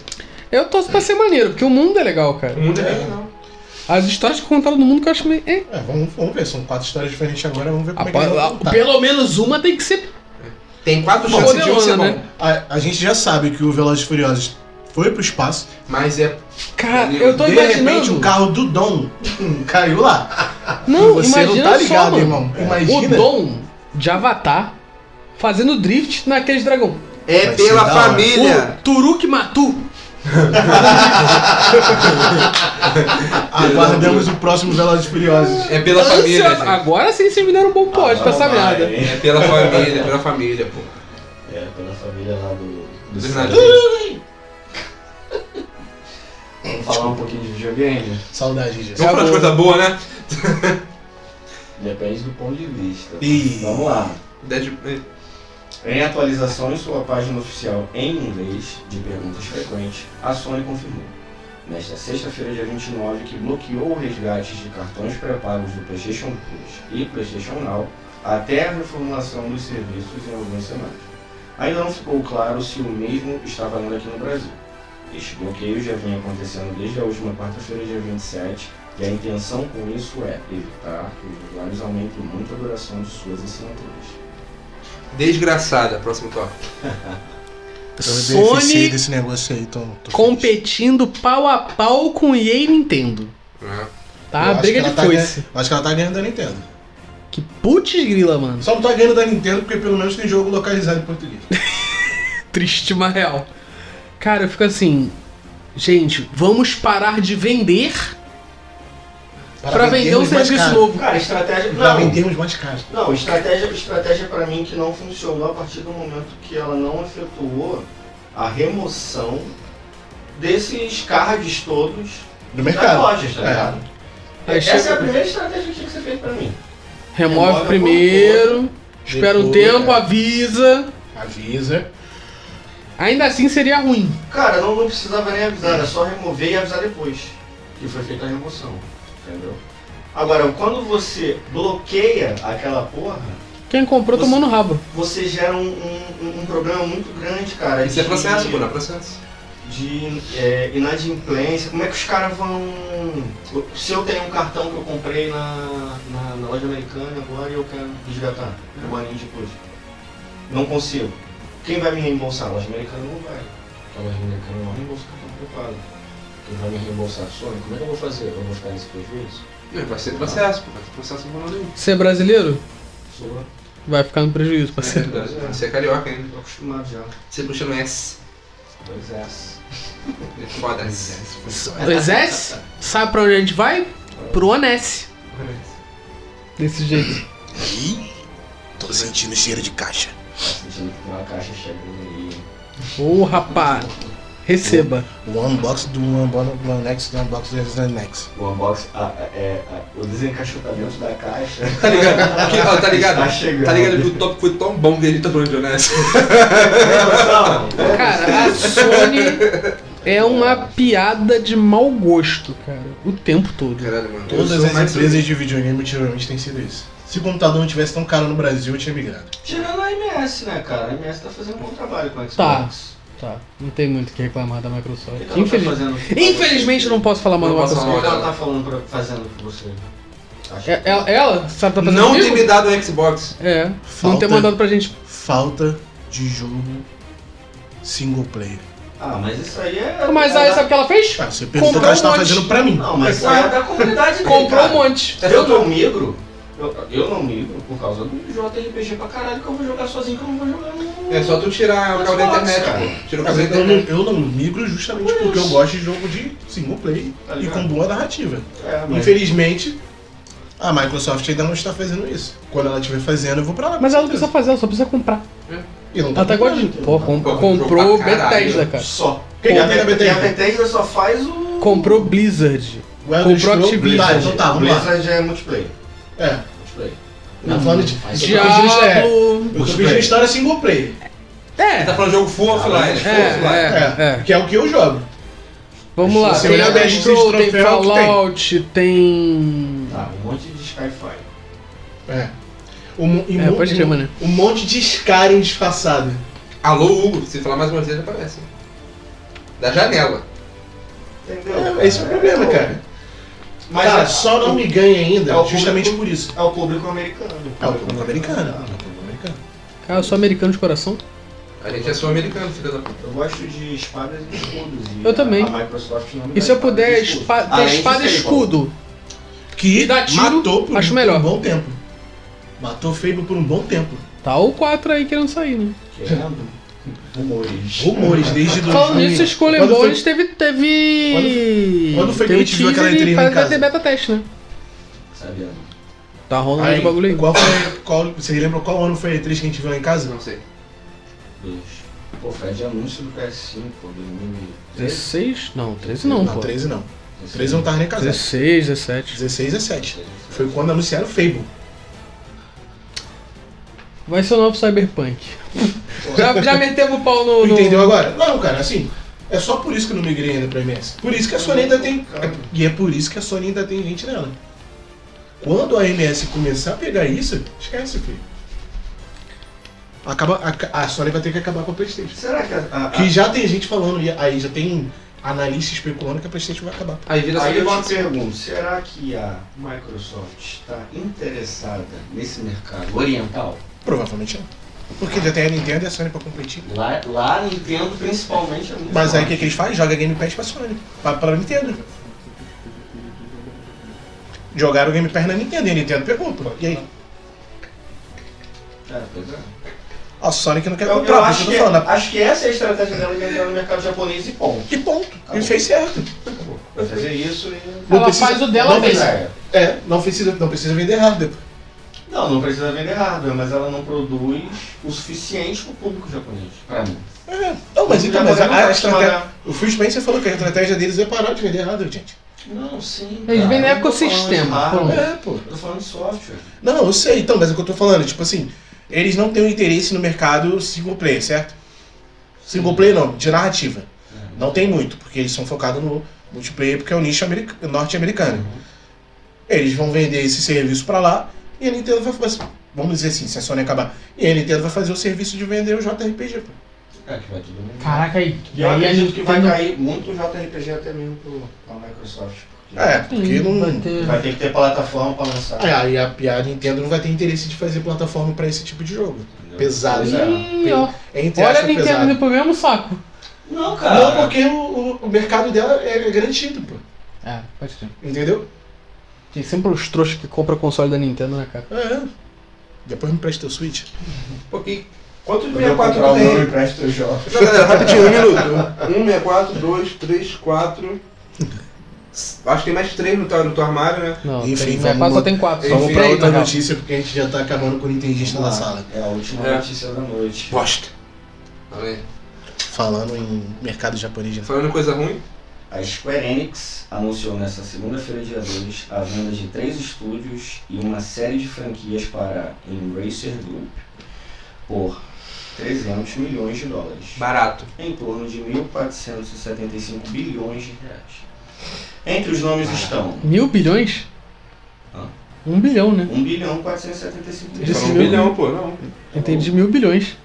[SPEAKER 1] Eu torço pra ser maneiro, porque o mundo é legal,
[SPEAKER 4] O
[SPEAKER 1] cara.
[SPEAKER 4] mundo é legal.
[SPEAKER 1] As histórias que contaram no mundo que eu acho meio. é.
[SPEAKER 3] É, vamos, vamos ver, são quatro histórias diferentes agora, vamos ver como
[SPEAKER 1] Rapaz,
[SPEAKER 3] é que vai
[SPEAKER 1] lá,
[SPEAKER 3] voltar.
[SPEAKER 1] pelo menos uma tem que ser.
[SPEAKER 4] Tem quatro
[SPEAKER 1] Bom,
[SPEAKER 4] chances de um
[SPEAKER 1] Leona,
[SPEAKER 4] ser bom.
[SPEAKER 1] né?
[SPEAKER 3] A, a gente já sabe que o Velozes e Furiosos foi pro espaço.
[SPEAKER 4] Mas é.
[SPEAKER 1] Cara,
[SPEAKER 4] Entendeu?
[SPEAKER 1] eu tô
[SPEAKER 3] de repente,
[SPEAKER 1] imaginando.
[SPEAKER 3] o carro do Dom hum, caiu lá. E
[SPEAKER 1] Não,
[SPEAKER 3] você
[SPEAKER 1] imagina
[SPEAKER 3] não tá
[SPEAKER 1] só,
[SPEAKER 3] ligado,
[SPEAKER 1] mano.
[SPEAKER 3] irmão. Imagina.
[SPEAKER 1] O Dom de Avatar fazendo drift naqueles dragão.
[SPEAKER 4] É
[SPEAKER 3] Vai ser
[SPEAKER 4] pela
[SPEAKER 3] da hora.
[SPEAKER 4] família!
[SPEAKER 1] O Turuk Matu.
[SPEAKER 3] Aguardamos o próximo Velozes e Furiosos.
[SPEAKER 4] É pela família,
[SPEAKER 1] Ansiosa-
[SPEAKER 4] gente.
[SPEAKER 1] Agora sim vocês me deram um bom
[SPEAKER 2] Ah,
[SPEAKER 1] pódio
[SPEAKER 3] Ah,
[SPEAKER 1] pra essa merda.
[SPEAKER 4] É pela família, pela família, pô.
[SPEAKER 2] É, pela família lá do. do
[SPEAKER 4] Dos
[SPEAKER 2] Sérgio.
[SPEAKER 4] navios.
[SPEAKER 2] Vamos falar um pouquinho de videogame?
[SPEAKER 3] Saudade disso.
[SPEAKER 4] Vamos falar de coisa boa, né?
[SPEAKER 2] Depende do ponto de vista.
[SPEAKER 3] E
[SPEAKER 2] Vamos lá.
[SPEAKER 4] Deadpool.
[SPEAKER 2] Em atualização em sua página oficial em inglês de perguntas frequentes, a Sony confirmou, nesta sexta-feira, dia 29, que bloqueou o resgate de cartões pré-pagos do PlayStation Plus e PlayStation Now até a reformulação dos serviços em algumas semanas. Ainda não ficou claro se o mesmo está valendo aqui no Brasil. Este bloqueio já vem acontecendo desde a última quarta-feira, dia 27, e a intenção com isso é evitar que os usuários aumentem muito a duração de suas assinaturas.
[SPEAKER 4] Desgraçada, próximo tópico.
[SPEAKER 3] eu beneficiei
[SPEAKER 1] Sony
[SPEAKER 3] desse negócio aí, então. tô feliz.
[SPEAKER 1] competindo pau a pau com EA e Nintendo.
[SPEAKER 4] né?
[SPEAKER 3] Eu
[SPEAKER 1] Tá
[SPEAKER 3] acho
[SPEAKER 1] briga
[SPEAKER 3] que
[SPEAKER 1] de
[SPEAKER 3] ela tá
[SPEAKER 1] foice.
[SPEAKER 3] ganhando- acho que ela tá ganhando da Nintendo.
[SPEAKER 1] Que putz grila, mano.
[SPEAKER 3] Só não tá ganhando da Nintendo porque pelo menos tem jogo localizado em português.
[SPEAKER 1] Triste, mas real. Cara, eu fico assim. Gente, vamos parar de vender pra vender um
[SPEAKER 3] vendermos mais
[SPEAKER 1] serviço
[SPEAKER 3] caro.
[SPEAKER 1] novo.
[SPEAKER 2] Cara, estratégia.
[SPEAKER 3] Pra
[SPEAKER 2] Não,
[SPEAKER 3] vendermos mais caro.
[SPEAKER 2] não estratégia, estratégia pra mim que não funcionou a partir do momento que ela não efetuou a remoção desses cards todos
[SPEAKER 3] No
[SPEAKER 2] das
[SPEAKER 3] mercado.
[SPEAKER 2] lojas, tá
[SPEAKER 3] É.
[SPEAKER 2] ligado?
[SPEAKER 1] Aí
[SPEAKER 2] Essa é
[SPEAKER 1] chega-
[SPEAKER 2] a primeira estratégia que tinha que ser feita pra mim.
[SPEAKER 1] Remove
[SPEAKER 2] Remove
[SPEAKER 1] primeiro, espera um
[SPEAKER 3] um Depois,
[SPEAKER 1] tempo,
[SPEAKER 3] é.
[SPEAKER 1] avisa.
[SPEAKER 3] Avisa.
[SPEAKER 1] Ainda assim seria ruim.
[SPEAKER 2] Cara, não, não precisava nem avisar, era só remover e avisar depois que foi feita a remoção, entendeu? Agora, quando você bloqueia aquela porra,
[SPEAKER 1] Quem comprou
[SPEAKER 2] Você-
[SPEAKER 1] tomou no rabo.
[SPEAKER 2] você gera um, um, um problema muito grande, cara.
[SPEAKER 4] Isso é
[SPEAKER 2] de-
[SPEAKER 4] processo, pô, não é processo.
[SPEAKER 2] de é, inadimplência, como é que os caras vão. Se eu tenho um cartão que eu comprei na, na, na loja americana agora e eu quero resgatar um aninho depois. Não consigo. Quem vai me reembolsar? A loja americana não vai. Porque a loja americana não reembolsa o cartão preocupado. Quem vai me reembolsar a Sony? Como é que eu vou fazer? Eu vou ficar nesse prejuízo?
[SPEAKER 4] Não, vai ser processo, pô, vai ter processo por nenhum.
[SPEAKER 1] Você é brasileiro?
[SPEAKER 2] Sou
[SPEAKER 1] Vai ficar no prejuízo,
[SPEAKER 4] Isso é
[SPEAKER 1] parceiro.
[SPEAKER 4] verdade. Você é carioca ainda.
[SPEAKER 2] tô acostumado já.
[SPEAKER 4] Você puxa no S.
[SPEAKER 2] Pois é.
[SPEAKER 4] É foda S.
[SPEAKER 3] É,
[SPEAKER 1] Dois S? é? Sabe pra onde a gente vai? Pro Onesse. Desse jeito.
[SPEAKER 3] Tô sentindo cheiro de caixa.
[SPEAKER 2] Sentindo que tem uma caixa chegando aí.
[SPEAKER 1] Ô, rapá. Receba.
[SPEAKER 3] O unbox do unbox do Anex do unbox do Anex.
[SPEAKER 2] O unbox, a- a- é, a- o desencaixotamento da caixa.
[SPEAKER 4] Tá ligado? Porque, ó, tá ligado?
[SPEAKER 2] Tá chegando.
[SPEAKER 4] Tá ligado que o top foi tão bom que a gente tá falando de honesto.
[SPEAKER 1] Cara, a Sony é uma piada de mau gosto, cara. O tempo todo.
[SPEAKER 4] Caralho, mano. Eu
[SPEAKER 3] Todas
[SPEAKER 4] sou
[SPEAKER 3] as
[SPEAKER 4] mais
[SPEAKER 3] empresas de videogame ultimamente têm sido isso. Se o computador não tivesse tão caro no Brasil, eu tinha migrado.
[SPEAKER 2] Tirando a MS, né, cara? A MS tá fazendo um bom trabalho com a Xbox.
[SPEAKER 1] Tá. Tá. Não tem muito o que reclamar da
[SPEAKER 2] O que que
[SPEAKER 1] Microsoft.
[SPEAKER 2] ela tá
[SPEAKER 1] Infelizmente.
[SPEAKER 2] fazendo pra
[SPEAKER 1] Infelizmente
[SPEAKER 2] você?
[SPEAKER 1] eu não posso falar mal da
[SPEAKER 4] Não posso
[SPEAKER 1] Microsoft.
[SPEAKER 2] O que que ela tá falando pra, fazendo pra você? Acho
[SPEAKER 1] É- Ela, ela sabe tá fazendo
[SPEAKER 4] Não
[SPEAKER 1] comigo?
[SPEAKER 4] ter me dado o Xbox.
[SPEAKER 1] É. Não
[SPEAKER 3] Falta-
[SPEAKER 1] ter mandado pra gente.
[SPEAKER 3] Falta de jogo single player.
[SPEAKER 2] Ah, mas isso aí é.
[SPEAKER 1] Mas
[SPEAKER 2] é
[SPEAKER 1] aí
[SPEAKER 2] da-
[SPEAKER 1] sabe o que ela fez?
[SPEAKER 3] Ah, você perguntou o
[SPEAKER 1] Comprou
[SPEAKER 3] que ela estava
[SPEAKER 1] um monte.
[SPEAKER 3] fazendo pra mim.
[SPEAKER 2] Não, mas isso aí é da comunidade dele,
[SPEAKER 1] Comprou um
[SPEAKER 2] cara.
[SPEAKER 1] monte.
[SPEAKER 2] Eu não migro. Eu, eu não migro por causa do JRPG pra caralho que eu vou jogar sozinho que eu não vou jogar no.
[SPEAKER 4] É só tu tirar o cabo da
[SPEAKER 2] Xbox,
[SPEAKER 4] internet,
[SPEAKER 2] cara.
[SPEAKER 4] pô. Tira o
[SPEAKER 3] Mas
[SPEAKER 4] cabo da
[SPEAKER 3] eu, não,
[SPEAKER 4] internet.
[SPEAKER 3] eu não migro justamente
[SPEAKER 2] Por
[SPEAKER 3] porque eu
[SPEAKER 2] isso.
[SPEAKER 3] gosto de jogo de single player
[SPEAKER 2] Tá
[SPEAKER 3] e
[SPEAKER 2] ligado?
[SPEAKER 3] com boa narrativa.
[SPEAKER 2] É, mas.
[SPEAKER 3] Infelizmente, a Microsoft ainda não está fazendo isso. Quando ela estiver fazendo, eu vou pra lá. com
[SPEAKER 1] Mas ela não
[SPEAKER 3] certeza.
[SPEAKER 1] precisa fazer, ela só precisa comprar.
[SPEAKER 3] E não tá
[SPEAKER 4] Então
[SPEAKER 1] Ela até gosta de. Pô, com- comprou
[SPEAKER 4] Comprou pra caralho.
[SPEAKER 1] Bethesda, cara.
[SPEAKER 2] Só.
[SPEAKER 3] Quem
[SPEAKER 2] E a
[SPEAKER 3] tem na
[SPEAKER 2] Bet- e a
[SPEAKER 3] Bethesda?
[SPEAKER 2] Bethesda só faz o.
[SPEAKER 1] Comprou Blizzard.
[SPEAKER 3] O Elder
[SPEAKER 1] Comprou
[SPEAKER 3] Scrolls-
[SPEAKER 1] Activision.
[SPEAKER 3] Tá, então tá, vamos lá.
[SPEAKER 2] Blizzard é multiplayer.
[SPEAKER 3] É.
[SPEAKER 2] Multiplayer.
[SPEAKER 3] Não, é falando de-
[SPEAKER 2] faz
[SPEAKER 3] tô pedindo história.
[SPEAKER 1] Diablo.
[SPEAKER 3] Eu tô pedindo história é single player.
[SPEAKER 4] Ele tá
[SPEAKER 1] É.
[SPEAKER 4] falando jogo né? full offline. Full offline.
[SPEAKER 1] É, é, é.
[SPEAKER 3] Que Ah, é o que eu jogo.
[SPEAKER 1] Vamos lá,
[SPEAKER 3] Se
[SPEAKER 1] tem
[SPEAKER 3] olhar bem
[SPEAKER 1] Elder
[SPEAKER 3] a lista de
[SPEAKER 1] Scrolls, tem
[SPEAKER 3] troféu que tem.
[SPEAKER 1] Fallout, tem.
[SPEAKER 2] Tá, um monte de Skyfire.
[SPEAKER 3] É. O, mo- e
[SPEAKER 1] É,
[SPEAKER 3] mo-
[SPEAKER 1] pode
[SPEAKER 3] e
[SPEAKER 1] crer,
[SPEAKER 3] mo-
[SPEAKER 1] mano.
[SPEAKER 3] Um monte de Skyrim disfarçado.
[SPEAKER 4] Alô, Hugo. Se falar mais uma vez, ele aparece. Da janela.
[SPEAKER 2] Entendeu?
[SPEAKER 3] É, esse é o problema, cara.
[SPEAKER 2] Mas
[SPEAKER 3] Cara,
[SPEAKER 2] é,
[SPEAKER 3] só não me ganha ainda
[SPEAKER 2] é o
[SPEAKER 3] justamente
[SPEAKER 2] público-
[SPEAKER 3] por isso.
[SPEAKER 2] é o público americano.
[SPEAKER 3] É o público americano. É o público americano.
[SPEAKER 1] Cara, eu sou americano de coração.
[SPEAKER 4] A gente é sul-americano, filha da puta.
[SPEAKER 2] Eu gosto de espadas e escudos. E
[SPEAKER 1] Eu também.
[SPEAKER 2] A Microsoft não me dá
[SPEAKER 1] E se eu
[SPEAKER 2] espadas
[SPEAKER 1] puder
[SPEAKER 2] escudos.
[SPEAKER 1] espa ter
[SPEAKER 2] Além de
[SPEAKER 1] espada e
[SPEAKER 2] Fable.
[SPEAKER 1] escudo?
[SPEAKER 3] Que
[SPEAKER 1] E dá tiro,
[SPEAKER 3] matou por
[SPEAKER 1] acho
[SPEAKER 3] um,
[SPEAKER 1] melhor.
[SPEAKER 3] bom tempo. Matou Fable por um bom tempo.
[SPEAKER 1] Tá o 4 aí querendo sair, né?
[SPEAKER 2] Querendo? Rumores.
[SPEAKER 3] Rumores desde 2000.
[SPEAKER 1] Falando nisso, o Skull and
[SPEAKER 3] um. Quando foi-
[SPEAKER 1] Bones teve. teve.
[SPEAKER 3] Quando- quando foi que
[SPEAKER 1] teve
[SPEAKER 3] a gente viu
[SPEAKER 1] teaser
[SPEAKER 3] aquela
[SPEAKER 1] e
[SPEAKER 3] entrevista
[SPEAKER 1] parece que
[SPEAKER 3] em
[SPEAKER 1] vai
[SPEAKER 3] casa?
[SPEAKER 1] ter beta teste, né?
[SPEAKER 2] Sabendo.
[SPEAKER 1] Tá rolando
[SPEAKER 3] Aí,
[SPEAKER 1] o bagulho aí.
[SPEAKER 3] Qual foi, qual, você lembra qual ano foi a E3 que a gente viu lá em casa?
[SPEAKER 4] Não sei.
[SPEAKER 2] Bicho. Pô, foi de anúncio do PS5, pô, 2013.
[SPEAKER 1] 16? Não, 13 não, pô.
[SPEAKER 3] 13 não. 13
[SPEAKER 1] tá-
[SPEAKER 3] eu não tava nem casado.
[SPEAKER 1] 16, 17.
[SPEAKER 3] 16 é 7. Foi quando anunciaram o Fable.
[SPEAKER 1] Vai ser o novo Cyberpunk. já, já metemos o pau no. no...
[SPEAKER 3] Entendeu agora? Não, cara, assim, é só por isso que eu não migrei ainda pra MS. Por isso que a Sony ainda tem. E é por isso que a Sony ainda tem gente nela. Quando a MS começar a pegar isso, esquece, filho. Acaba, a, a Sony vai ter que acabar com a Playstation.
[SPEAKER 2] Será que a. a- a-
[SPEAKER 3] Que já tem gente falando, e aí já tem analista especulando que a Playstation vai acabar.
[SPEAKER 4] Aí vira
[SPEAKER 1] é
[SPEAKER 2] Aí eu te
[SPEAKER 4] Xbox.
[SPEAKER 2] pergunto, será que a Microsoft está interessada nesse mercado oriental?
[SPEAKER 3] Provavelmente não. Porque já tem a Nintendo e a Sony pra competir.
[SPEAKER 2] Lá, lá a Nintendo principalmente é muito
[SPEAKER 3] Mas aí o
[SPEAKER 2] forte.
[SPEAKER 3] que, que eles fazem? Joga Game Pass pra Sony. Pra, pra Nintendo. Jogaram o Game Pass na Nintendo e a Nintendo pegou, pô. E aí?
[SPEAKER 2] É, pois é.
[SPEAKER 3] A Sonic não quer
[SPEAKER 2] Eu,
[SPEAKER 3] comprar,
[SPEAKER 2] eu
[SPEAKER 3] por
[SPEAKER 2] acho,
[SPEAKER 3] isso
[SPEAKER 2] que,
[SPEAKER 3] eu tô falando.
[SPEAKER 2] acho que essa é a estratégia dela de entrar no mercado japonês e ponto.
[SPEAKER 3] E ponto.
[SPEAKER 2] Acabou.
[SPEAKER 3] E fez certo.
[SPEAKER 2] Vai fazer isso e.
[SPEAKER 3] Não
[SPEAKER 1] Ela
[SPEAKER 3] precisa-
[SPEAKER 1] faz o dela
[SPEAKER 3] não
[SPEAKER 2] Pois
[SPEAKER 1] mesma.
[SPEAKER 2] é.
[SPEAKER 3] É, não precisa, não precisa vender hardware.
[SPEAKER 2] Não, não precisa vender hardware, mas ela não produz o suficiente pro público japonês. Pra mim.
[SPEAKER 3] É. Não, mas
[SPEAKER 2] O
[SPEAKER 3] então, mas a,
[SPEAKER 2] japonês não
[SPEAKER 3] a
[SPEAKER 2] tá
[SPEAKER 3] estratégia.
[SPEAKER 2] acostumado
[SPEAKER 3] O Phil Spencer falou que a estratégia deles é parar de vender hardware, gente.
[SPEAKER 2] a- Não, sim.
[SPEAKER 1] Eles
[SPEAKER 2] cara.
[SPEAKER 1] vendem
[SPEAKER 2] Eu não tô falando de
[SPEAKER 1] ecossistema,
[SPEAKER 2] hardware,
[SPEAKER 1] pronto.
[SPEAKER 3] É, pô.
[SPEAKER 2] Eu tô falando de software.
[SPEAKER 3] Não, eu sei, então, mas é o que eu tô falando, tipo assim, eles não têm um interesse no mercado single player, certo? Single player não, de narrativa.
[SPEAKER 1] Uhum.
[SPEAKER 3] Não tem muito, porque eles são focados no multiplayer, porque é o nicho americ- norte-americano.
[SPEAKER 1] Uhum.
[SPEAKER 3] Eles vão vender esse serviço pra lá e a Nintendo vai fazer. Vamos dizer assim, se a Sony acabar. E a Nintendo vai fazer o serviço de vender o JRPG. pô.
[SPEAKER 2] É, que vai tudo bem.
[SPEAKER 1] Caraca, aí.
[SPEAKER 2] E eu
[SPEAKER 1] aí a
[SPEAKER 2] acredito
[SPEAKER 1] gente
[SPEAKER 2] que vai cair muito JRPG até mesmo pro, pra Microsoft. Porque
[SPEAKER 3] É, porque
[SPEAKER 1] Vai
[SPEAKER 3] não.
[SPEAKER 1] ter...
[SPEAKER 2] Vai ter que ter plataforma pra lançar.
[SPEAKER 3] É, aí a, e a Nintendo não vai ter interesse de fazer plataforma pra esse tipo de jogo.
[SPEAKER 2] entendeu?
[SPEAKER 3] Pesado,
[SPEAKER 2] Pois é.
[SPEAKER 1] Ih, ó.
[SPEAKER 3] É entre
[SPEAKER 1] Olha a
[SPEAKER 3] aspas,
[SPEAKER 1] Nintendo
[SPEAKER 3] pesado.
[SPEAKER 1] indo pro mesmo saco.
[SPEAKER 2] Não, cara.
[SPEAKER 3] Não, porque o, o- o mercado dela é garantido, pô.
[SPEAKER 1] É, pode ser.
[SPEAKER 3] Entendeu?
[SPEAKER 1] Tem sempre os trouxas que compram console da Nintendo, né, cara?
[SPEAKER 3] É. Depois me presta o Switch.
[SPEAKER 4] Pô, que- Quantos
[SPEAKER 2] Quando eu comprar um
[SPEAKER 4] 64
[SPEAKER 2] o meu,
[SPEAKER 4] tem?
[SPEAKER 2] eu empresto os jogos.
[SPEAKER 4] Não, galera, rapidinho, um minuto. 1, 64, 2, 3, 4. Acho que tem mais 3 no, teu- no teu armário, né?
[SPEAKER 1] Não,
[SPEAKER 3] Enfim,
[SPEAKER 1] tem,
[SPEAKER 3] vamos-
[SPEAKER 1] mas só tem quatro.
[SPEAKER 4] Vamos
[SPEAKER 1] Enfim,
[SPEAKER 4] pra
[SPEAKER 1] aí,
[SPEAKER 4] outra
[SPEAKER 1] na real.
[SPEAKER 3] porque a gente já tá acabando com o Nintendista
[SPEAKER 2] Vamos lá. É a última
[SPEAKER 4] É.
[SPEAKER 2] notícia da noite.
[SPEAKER 4] Bosta. Falei.
[SPEAKER 3] Falando em mercado japonês. né?
[SPEAKER 4] Falando em coisa ruim?
[SPEAKER 2] A Square Enix anunciou nesta segunda-feira, dia 2, a venda de três estúdios e uma série de franquias para a Embracer Group por 300 milhões de dólares,
[SPEAKER 4] Barato.
[SPEAKER 2] em torno de 1.475 bilhões de reais. Entre os nomes estão
[SPEAKER 1] Mil bilhões?
[SPEAKER 2] Ah.
[SPEAKER 1] Um bilhão, né?
[SPEAKER 2] 1 bilhão
[SPEAKER 1] Disse
[SPEAKER 2] 475 milhões.
[SPEAKER 4] Falou um
[SPEAKER 1] mil-
[SPEAKER 4] bilhão, pô, não.
[SPEAKER 1] Entendi, mil bilhões.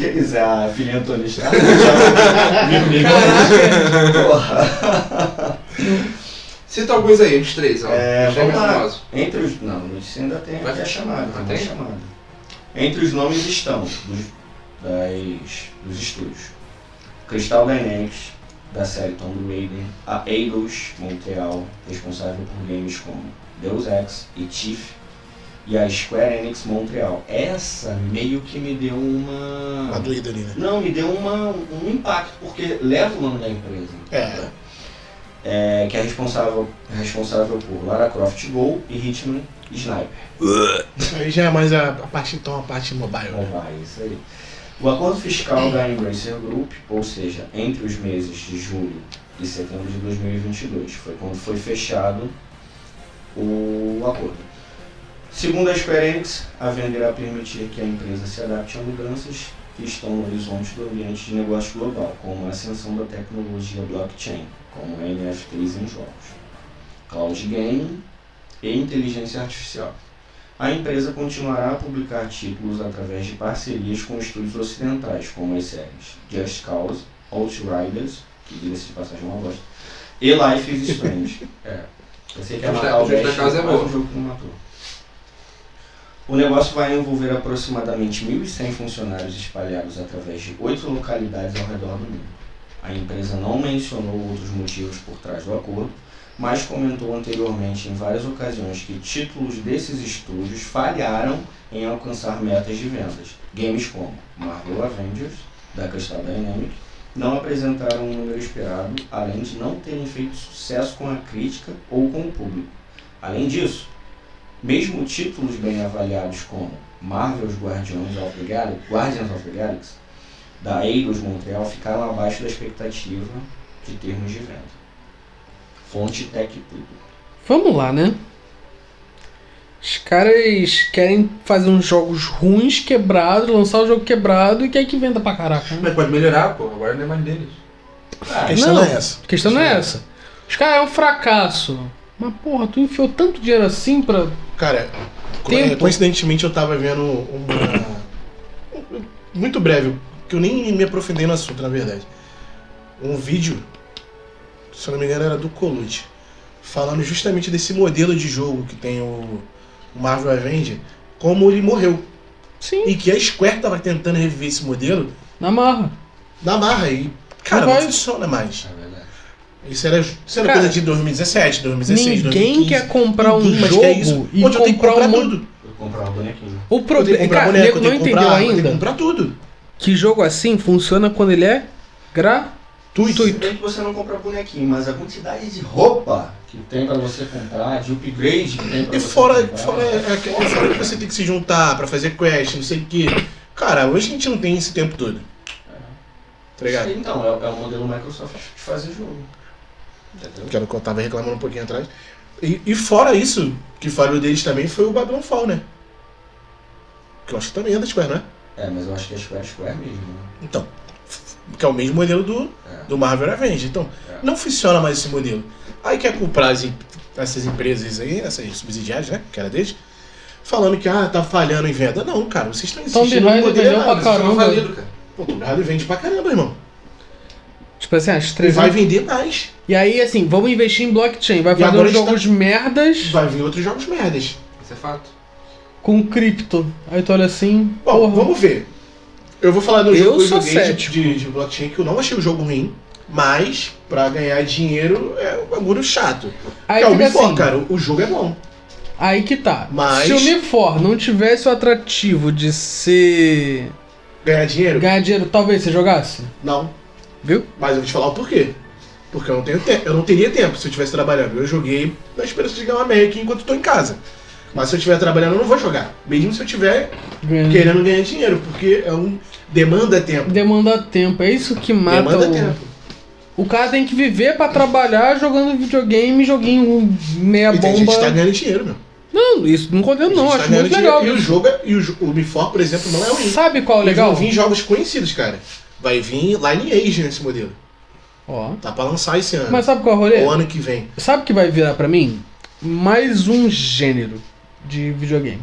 [SPEAKER 2] Quer dizer, a filha Antonista. Mil bilhões. Porra.
[SPEAKER 4] Cita alguns aí, uns três, ó.
[SPEAKER 2] É,
[SPEAKER 4] Os três
[SPEAKER 2] vamos
[SPEAKER 4] mais
[SPEAKER 2] lá.
[SPEAKER 4] famosos.
[SPEAKER 2] Entre os. Não, notícia ainda tem
[SPEAKER 4] Vai-
[SPEAKER 2] aqui a chamada. tem
[SPEAKER 4] tem?
[SPEAKER 2] uma chamada. Entre os nomes estão dos, das, dos estúdios: Crystal Dynamics, da série Tomb Raider, a Eidos Montreal, responsável por games como Deus Ex e Chief, e a Square Enix Montreal. Essa meio que me deu uma.
[SPEAKER 3] Uma doída ali, né?
[SPEAKER 2] Não, me deu uma, um impacto, porque leva o nome da empresa
[SPEAKER 3] É.
[SPEAKER 2] é, que é responsável, responsável por Lara Croft Go e Hitman Sniper.
[SPEAKER 3] Isso aí já é mais a, a parte, então, a parte mobile. né?
[SPEAKER 2] Vai, É isso aí. O acordo fiscal da Embracer Group, ou seja, entre os meses de julho e setembro de 2022, foi quando foi fechado o acordo. Segundo a Square Enix, a venda irá permitir que a empresa se adapte a mudanças que estão no horizonte do ambiente de negócio global, como a ascensão da tecnologia blockchain, como NFTs em jogos, cloud gaming e inteligência artificial. A empresa continuará a publicar títulos através de parcerias com estúdios ocidentais, como as séries Just Cause, Outriders, que diga-se de passagem uma bosta, e Life is Strange. é. Eu sei que é
[SPEAKER 4] Just-
[SPEAKER 2] matar o
[SPEAKER 4] Just
[SPEAKER 2] Best,
[SPEAKER 4] Cause é
[SPEAKER 2] mas
[SPEAKER 4] boa.
[SPEAKER 2] um jogo que não matou. O negócio vai envolver aproximadamente 1.100 funcionários espalhados através de oito localidades ao redor do mundo. A empresa não mencionou outros motivos por trás do acordo, mas comentou anteriormente em várias ocasiões que títulos desses estúdios falharam em alcançar metas de vendas. Games como Marvel Avengers, da Crystal Dynamics, não apresentaram o número esperado, além de não terem feito sucesso com a crítica ou com o público. Além disso, mesmo títulos bem avaliados como Marvel's Guardians of the Gal- Guardians of the Galaxy, da Eidos Montreal, ficaram abaixo da expectativa de termos de venda. Fonte Tech Tudo.
[SPEAKER 1] Vamos lá, né? Os caras querem fazer uns jogos ruins, quebrados, lançar o jogo quebrado e quer que venda pra caraca. né?
[SPEAKER 4] Mas pode melhorar, pô. Agora não é mais deles.
[SPEAKER 3] A
[SPEAKER 2] Ah,
[SPEAKER 3] questão
[SPEAKER 1] não.
[SPEAKER 3] é essa.
[SPEAKER 1] A questão não é essa. Os caras é um fracasso. Mas porra, tu enfiou tanto dinheiro assim pra.
[SPEAKER 3] Cara, co-
[SPEAKER 1] Tempo.
[SPEAKER 3] é, coincidentemente eu tava vendo uma. um- Muito breve, que eu nem me aprofundei no assunto, na verdade. Um vídeo, se eu não me engano, era do Colucci, falando justamente desse modelo de jogo que tem o o Marvel Avenger, como ele morreu.
[SPEAKER 1] Sim,
[SPEAKER 3] E que a Square tava tentando reviver esse modelo
[SPEAKER 1] na marra.
[SPEAKER 3] na marra. E, cara, não,
[SPEAKER 1] vai.
[SPEAKER 3] funciona mais.
[SPEAKER 2] é verdade.
[SPEAKER 3] Isso era, isso era
[SPEAKER 1] Cara,
[SPEAKER 3] coisa de 2017, 2016,
[SPEAKER 1] né? Ninguém
[SPEAKER 3] 2015.
[SPEAKER 1] quer comprar um
[SPEAKER 3] Ninguém mais
[SPEAKER 1] jogo
[SPEAKER 3] quer isso.
[SPEAKER 1] e
[SPEAKER 3] Onde eu tenho que
[SPEAKER 1] comprar,
[SPEAKER 3] comprar
[SPEAKER 1] um monte.
[SPEAKER 3] tudo.
[SPEAKER 2] Eu comprava o bonequinho.
[SPEAKER 1] O
[SPEAKER 3] Eu tenho que
[SPEAKER 1] problema.
[SPEAKER 3] comprar
[SPEAKER 1] Cara, o
[SPEAKER 3] boneco,
[SPEAKER 1] nego
[SPEAKER 3] eu
[SPEAKER 1] não
[SPEAKER 3] tenho que
[SPEAKER 1] entendeu
[SPEAKER 3] comprar, Eu tenho que
[SPEAKER 1] ainda
[SPEAKER 3] comprar tudo.
[SPEAKER 1] que jogo assim funciona quando ele é
[SPEAKER 2] Se
[SPEAKER 1] gratuito.
[SPEAKER 2] bem que você não compra bonequinho, mas a quantidade de roupa que tem pra você comprar, de upgrade que tem pra
[SPEAKER 3] E
[SPEAKER 2] você
[SPEAKER 3] fora,
[SPEAKER 2] comprar.
[SPEAKER 3] fora, é, é, é fora que você tem que se juntar pra fazer quest, não sei o quê. Cara, hoje a gente não tem esse tempo todo. Tá ligado?
[SPEAKER 2] Então, é, é o modelo Microsoft que faz o jogo. Entendeu?
[SPEAKER 3] Que era o que eu tava reclamando um pouquinho atrás. E, e fora isso, que falhou deles também foi o Babylon Fall, né? Que eu acho que também é da Square, né?
[SPEAKER 2] É, mas eu acho que é Square Square mesmo, né?
[SPEAKER 3] Então, que é o mesmo modelo do,
[SPEAKER 2] É.
[SPEAKER 3] do Marvel Avengers. Então,
[SPEAKER 2] É.
[SPEAKER 3] não funciona mais esse modelo. Aí quer culpar as em- essas empresas aí, essas subsidiárias, né? Que era deles, falando que ah, tá falhando em venda. Não, cara, vocês estão
[SPEAKER 1] Tomb
[SPEAKER 3] insistindo no
[SPEAKER 1] Raider
[SPEAKER 3] modelo
[SPEAKER 1] vendeu
[SPEAKER 3] errado.
[SPEAKER 1] pra
[SPEAKER 4] Ah, Isso foi
[SPEAKER 1] Caramba.
[SPEAKER 4] falido, cara.
[SPEAKER 3] Pô, Tomb Raider vende pra caramba, irmão.
[SPEAKER 1] Tipo assim, as
[SPEAKER 3] E
[SPEAKER 1] três.
[SPEAKER 3] vai vender mais.
[SPEAKER 1] E aí, assim, vamos investir em blockchain. Vai
[SPEAKER 3] E
[SPEAKER 1] fazer
[SPEAKER 3] agora
[SPEAKER 1] uns
[SPEAKER 3] a gente tá
[SPEAKER 1] jogos merdas
[SPEAKER 3] Vai vir outros jogos merdas.
[SPEAKER 4] Isso é fato.
[SPEAKER 1] com cripto. Aí tu olha assim.
[SPEAKER 3] Bom,
[SPEAKER 1] porra.
[SPEAKER 3] vamos ver. Eu vou falar do
[SPEAKER 1] Eu
[SPEAKER 3] jogo que
[SPEAKER 1] sou
[SPEAKER 3] joguei de-
[SPEAKER 1] cético.
[SPEAKER 3] de, de blockchain, que eu não achei o jogo ruim, mas pra ganhar dinheiro é um bagulho chato.
[SPEAKER 1] Aí
[SPEAKER 3] que é o
[SPEAKER 1] fica
[SPEAKER 3] Mifor,
[SPEAKER 1] assim.
[SPEAKER 3] cara, o jogo é bom.
[SPEAKER 1] Aí que tá.
[SPEAKER 3] Mas-
[SPEAKER 1] Se o Me For não tivesse o atrativo de ser.
[SPEAKER 3] Ganhar dinheiro?
[SPEAKER 1] ganhar dinheiro, talvez você jogasse.
[SPEAKER 3] Não.
[SPEAKER 1] Viu?
[SPEAKER 3] Mas eu vou te falar o porquê. Porque eu não tenho tempo. Eu não teria tempo se eu estivesse trabalhando. Eu joguei na esperança de ganhar uma meia aqui enquanto eu tô em casa. Mas se eu estiver trabalhando, eu não vou jogar. Mesmo se eu estiver
[SPEAKER 1] Ganhando.
[SPEAKER 3] querendo ganhar dinheiro, porque é um. demanda tempo.
[SPEAKER 1] Demanda tempo. É isso que mata
[SPEAKER 3] Demanda
[SPEAKER 1] o.
[SPEAKER 3] tempo.
[SPEAKER 1] O cara tem que viver pra trabalhar jogando videogame, joguinho meia
[SPEAKER 3] e tem gente
[SPEAKER 1] é bomba.
[SPEAKER 3] que tá ganhando dinheiro, meu.
[SPEAKER 1] Não, isso não condeno não,
[SPEAKER 3] Tá
[SPEAKER 1] acho
[SPEAKER 3] ganhando
[SPEAKER 1] muito
[SPEAKER 3] dinheiro.
[SPEAKER 1] legal.
[SPEAKER 3] E o jogo, é- e o, jo- o Mifor, por exemplo, não é ruim.
[SPEAKER 1] Sabe qual é o legal?
[SPEAKER 3] Vão vir jogos conhecidos, cara. Vai vir Lineage nesse modelo.
[SPEAKER 1] Ó.
[SPEAKER 3] Tá pra lançar esse ano.
[SPEAKER 1] Mas sabe qual é o rolê?
[SPEAKER 3] Ou ano que vem.
[SPEAKER 1] Sabe o que vai virar pra mim? Mais um gênero de videogame.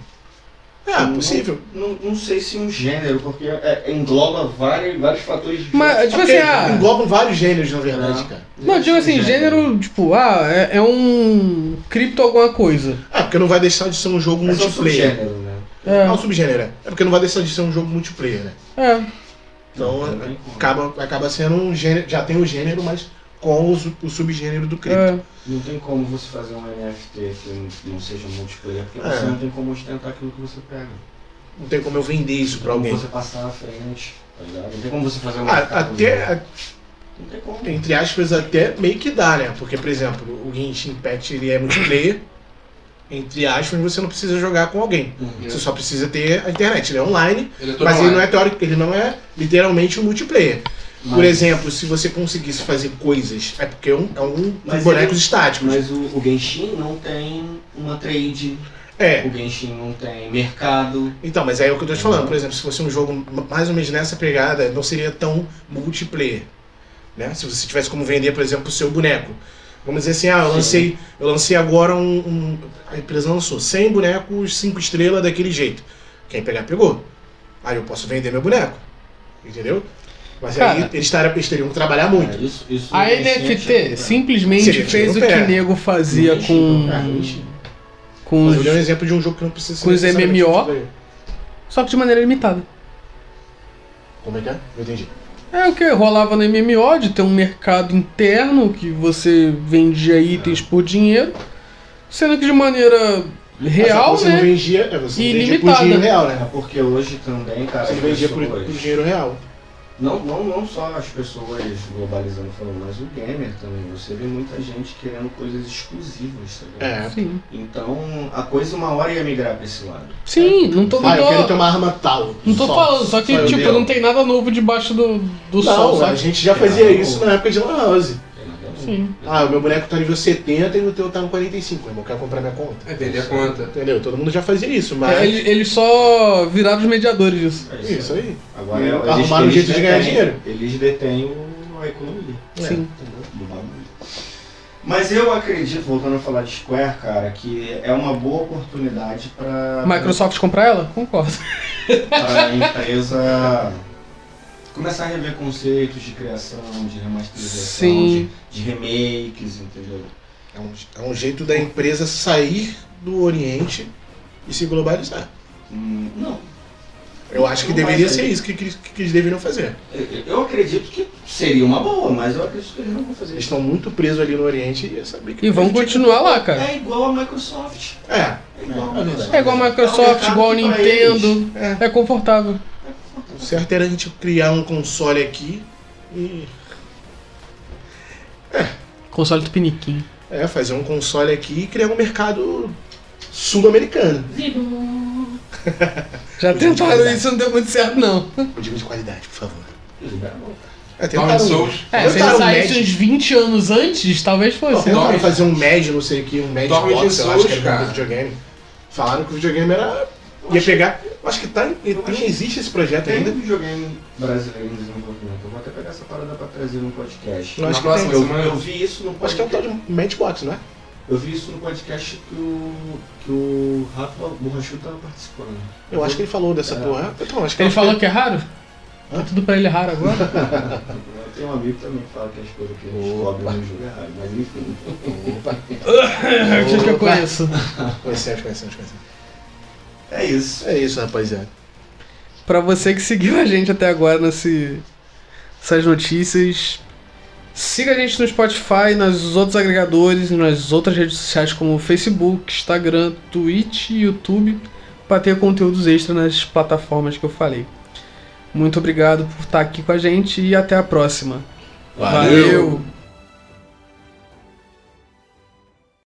[SPEAKER 3] É,
[SPEAKER 1] Hum. Tipo
[SPEAKER 3] possível.
[SPEAKER 2] Não, não sei se um gênero, porque é- engloba vários, vários fatores de
[SPEAKER 1] Mas, tipo assim,
[SPEAKER 3] É Porque
[SPEAKER 1] ah.
[SPEAKER 3] Englobam vários gêneros,
[SPEAKER 2] É
[SPEAKER 3] na verdade,
[SPEAKER 2] Não.
[SPEAKER 3] cara.
[SPEAKER 1] Não, digo assim, gênero, tipo, ah, é, é um cripto alguma coisa.
[SPEAKER 3] É, porque não vai deixar de ser um jogo
[SPEAKER 2] Mas é um
[SPEAKER 3] multiplayer.
[SPEAKER 2] subgênero, né?
[SPEAKER 3] É um
[SPEAKER 1] É,
[SPEAKER 3] subgênero, é. É porque não vai deixar de ser um jogo multiplayer, né?
[SPEAKER 1] é.
[SPEAKER 3] Então,
[SPEAKER 2] Não tem como.
[SPEAKER 3] acaba, acaba sendo um gênero. Já tem o gênero, mas com o, su- o subgênero do cripto.
[SPEAKER 1] é.
[SPEAKER 2] Não tem como você fazer um NFT que não- não seja multiplayer, porque
[SPEAKER 3] É.
[SPEAKER 2] você não tem como ostentar aquilo que você pega.
[SPEAKER 3] Não tem como eu vender isso pra
[SPEAKER 2] Como
[SPEAKER 3] alguém.
[SPEAKER 2] você passar à frente, tá ligado? Não tem como você fazer um
[SPEAKER 3] Ah,
[SPEAKER 2] mercado,
[SPEAKER 3] até,
[SPEAKER 2] né? Não tem como.
[SPEAKER 3] entre aspas, até meio que dá, né? Porque, por exemplo, o Genshin Impact ele é multiplayer, entre aspas, você não precisa jogar com alguém.
[SPEAKER 2] Uhum.
[SPEAKER 3] Você só precisa ter a internet, ele é online,
[SPEAKER 4] Ele é todo
[SPEAKER 3] mas ele
[SPEAKER 4] online.
[SPEAKER 3] não é teórico, ele não é literalmente um multiplayer. Por
[SPEAKER 2] Mas-
[SPEAKER 3] exemplo, se você conseguisse fazer coisas, é porque é um, é um
[SPEAKER 2] Mas
[SPEAKER 3] bonecos
[SPEAKER 2] ele-
[SPEAKER 3] estáticos.
[SPEAKER 2] Mas o, o Genshin não tem uma trade,
[SPEAKER 3] É.
[SPEAKER 2] o Genshin não tem mercado.
[SPEAKER 3] Então, mas aí é o que eu tô te falando.
[SPEAKER 2] Uhum.
[SPEAKER 3] Por exemplo, se fosse um jogo mais ou menos nessa pegada, não seria tão multiplayer. Né? Se você tivesse como vender, por exemplo, o seu boneco. Vamos dizer assim, ah, eu
[SPEAKER 2] Sim.
[SPEAKER 3] lancei, eu lancei agora um, um- A empresa lançou 100 bonecos, 5 estrelas daquele jeito. Quem pegar, pegou. Aí eu posso vender meu boneco. Entendeu? Mas aí
[SPEAKER 1] Cara.
[SPEAKER 3] eles, tar- eles teriam que trabalhar muito.
[SPEAKER 2] É, isso, isso
[SPEAKER 1] A
[SPEAKER 2] o Genshin é né?
[SPEAKER 1] NFT
[SPEAKER 2] tipo-
[SPEAKER 1] simplesmente
[SPEAKER 3] Sim,
[SPEAKER 1] fez o
[SPEAKER 3] pera.
[SPEAKER 1] que nego fazia
[SPEAKER 2] Sim,
[SPEAKER 1] com,
[SPEAKER 3] Ah, mentira.
[SPEAKER 1] com
[SPEAKER 3] Mas
[SPEAKER 1] os,
[SPEAKER 3] eu dei um exemplo de um jogo que não precisa
[SPEAKER 1] com os
[SPEAKER 3] necessariamente
[SPEAKER 1] MMO.
[SPEAKER 3] multiplayer.
[SPEAKER 1] Só que de maneira limitada.
[SPEAKER 3] Como é que é? Eu entendi.
[SPEAKER 1] É o que rolava no MMO de ter um mercado interno que você vendia itens por dinheiro, sendo que de maneira real,
[SPEAKER 3] Mas só que você
[SPEAKER 1] né?
[SPEAKER 3] não vendia, é, você não vendia por
[SPEAKER 1] Ilimitada.
[SPEAKER 3] dinheiro real, né?
[SPEAKER 2] É porque hoje também, cara,
[SPEAKER 3] Você
[SPEAKER 2] as
[SPEAKER 3] vendia por, por
[SPEAKER 2] pessoas-
[SPEAKER 3] dinheiro real.
[SPEAKER 2] Não, não, não só as pessoas globalizando falando, mas o gamer também. Você vê muita gente querendo coisas exclusivas, tá ligado?
[SPEAKER 3] É.
[SPEAKER 1] Sim,
[SPEAKER 2] Então a coisa uma hora ia migrar pra esse lado.
[SPEAKER 1] Sim não tô,
[SPEAKER 3] Ah, eu
[SPEAKER 1] não
[SPEAKER 3] quero
[SPEAKER 1] tô,
[SPEAKER 3] ter uma arma tal.
[SPEAKER 1] não tô
[SPEAKER 3] Só-
[SPEAKER 1] falando, só que
[SPEAKER 3] eu
[SPEAKER 1] tipo,
[SPEAKER 3] dei.
[SPEAKER 1] não tem nada novo debaixo do, do sol,
[SPEAKER 3] Não, a
[SPEAKER 1] sabe?
[SPEAKER 3] gente já fazia
[SPEAKER 2] Não.
[SPEAKER 3] isso na época de Lan House.
[SPEAKER 1] Sim.
[SPEAKER 3] Ah, o meu boneco tá nível 70 e o teu tá no 45, irmão. Quer comprar minha conta?
[SPEAKER 4] É vender a conta.
[SPEAKER 3] Entendeu? Todo mundo já fazia isso, mas.
[SPEAKER 1] É, Eles, eles só viraram os mediadores disso.
[SPEAKER 2] É
[SPEAKER 3] Isso aí.
[SPEAKER 2] Agora
[SPEAKER 3] E
[SPEAKER 2] eles-
[SPEAKER 3] arrumaram um
[SPEAKER 2] eles
[SPEAKER 3] jeito de ganhar
[SPEAKER 2] detêm-
[SPEAKER 3] dinheiro.
[SPEAKER 2] Eles detêm o- a economia.
[SPEAKER 3] É.
[SPEAKER 1] Sim.
[SPEAKER 2] entendeu? Do bagulho. Mas eu acredito, voltando a falar de Square, cara, que é uma boa oportunidade pra
[SPEAKER 1] Microsoft comprar ela? Concordo.
[SPEAKER 2] para a empresa começar a rever conceitos de criação, de remasterização,
[SPEAKER 1] Sim.
[SPEAKER 2] de, de remakes, entendeu?
[SPEAKER 3] É um, é um jeito da empresa sair do Oriente e se globalizar.
[SPEAKER 2] Hum, não.
[SPEAKER 3] Eu acho que
[SPEAKER 2] Não vai
[SPEAKER 3] deveria
[SPEAKER 2] sair.
[SPEAKER 3] ser isso que, que, que eles deveriam fazer.
[SPEAKER 2] Eu- Eu acredito que Seria uma boa, mas eu acredito que eles não vão fazer
[SPEAKER 3] Eles
[SPEAKER 2] isso.
[SPEAKER 3] estão muito presos ali no Oriente e eu sabia que.
[SPEAKER 1] E vão continuar lá, cara.
[SPEAKER 2] É igual a Microsoft.
[SPEAKER 3] É,
[SPEAKER 2] É igual
[SPEAKER 3] É
[SPEAKER 2] a Microsoft.
[SPEAKER 1] É igual a Microsoft,
[SPEAKER 2] É um mercado
[SPEAKER 1] igual a
[SPEAKER 2] que pra eles-
[SPEAKER 1] Nintendo. É confortável.
[SPEAKER 3] o certo era a gente criar um console aqui e.
[SPEAKER 1] Console do Piniquim.
[SPEAKER 3] É, fazer um console aqui e criar um mercado sul-americano.
[SPEAKER 1] Já tentaram isso, não deu muito certo, não.
[SPEAKER 3] Um digo de qualidade, por favor. É,
[SPEAKER 4] Dark
[SPEAKER 3] tentaram,
[SPEAKER 4] Souls.
[SPEAKER 1] É, se ele
[SPEAKER 3] Tentaram
[SPEAKER 1] saísse
[SPEAKER 3] um Magic.
[SPEAKER 1] uns 20 anos antes, talvez
[SPEAKER 3] Pô,
[SPEAKER 1] fosse.
[SPEAKER 3] tentaram
[SPEAKER 4] Dorme-
[SPEAKER 3] fazer um Mad, não sei o que, um Mad
[SPEAKER 4] Dorme de
[SPEAKER 3] Box, eu acho que
[SPEAKER 4] Souls,
[SPEAKER 3] era
[SPEAKER 4] cara.
[SPEAKER 3] do videogame. Falaram que o videogame era. ia pegar. Eu acho que tá. em-
[SPEAKER 2] Eu acho-
[SPEAKER 3] Não existe esse projeto
[SPEAKER 2] Tem
[SPEAKER 3] ainda.
[SPEAKER 2] um videogame brasileiro em desenvolvimento. Eu vou até pegar essa parada pra trazer no podcast.
[SPEAKER 3] Eu
[SPEAKER 4] Na
[SPEAKER 3] acho que
[SPEAKER 4] próxima
[SPEAKER 3] tem, eu-
[SPEAKER 4] semana
[SPEAKER 2] Eu vi isso no
[SPEAKER 3] Eu Acho que é um tal de Matchbox, não é?
[SPEAKER 2] Eu vi isso no podcast que o, que o Rafa Borrachu tava participando.
[SPEAKER 3] Eu acho que ele falou dessa
[SPEAKER 2] É.
[SPEAKER 3] porra. Então, acho que
[SPEAKER 1] Ele falou que é raro? Tá tudo pra ele raro agora?
[SPEAKER 2] Eu tenho um amigo também que fala que as coisas que a gente
[SPEAKER 3] Opa.
[SPEAKER 2] descobre no jogo é errado, mas enfim.
[SPEAKER 1] Eu acho que eu conheço.
[SPEAKER 3] Conhecemos, conhecemos, conhecemos.
[SPEAKER 2] É isso.
[SPEAKER 3] É isso, rapaziada.
[SPEAKER 1] Pra você que seguiu a gente até agora nesse, nessas notícias, siga a gente no Spotify, nos outros agregadores, nas outras redes sociais como Facebook, Instagram, Twitch e YouTube, para ter conteúdos extras nas plataformas que eu falei. Muito obrigado por estar aqui com a gente e até a próxima. Valeu.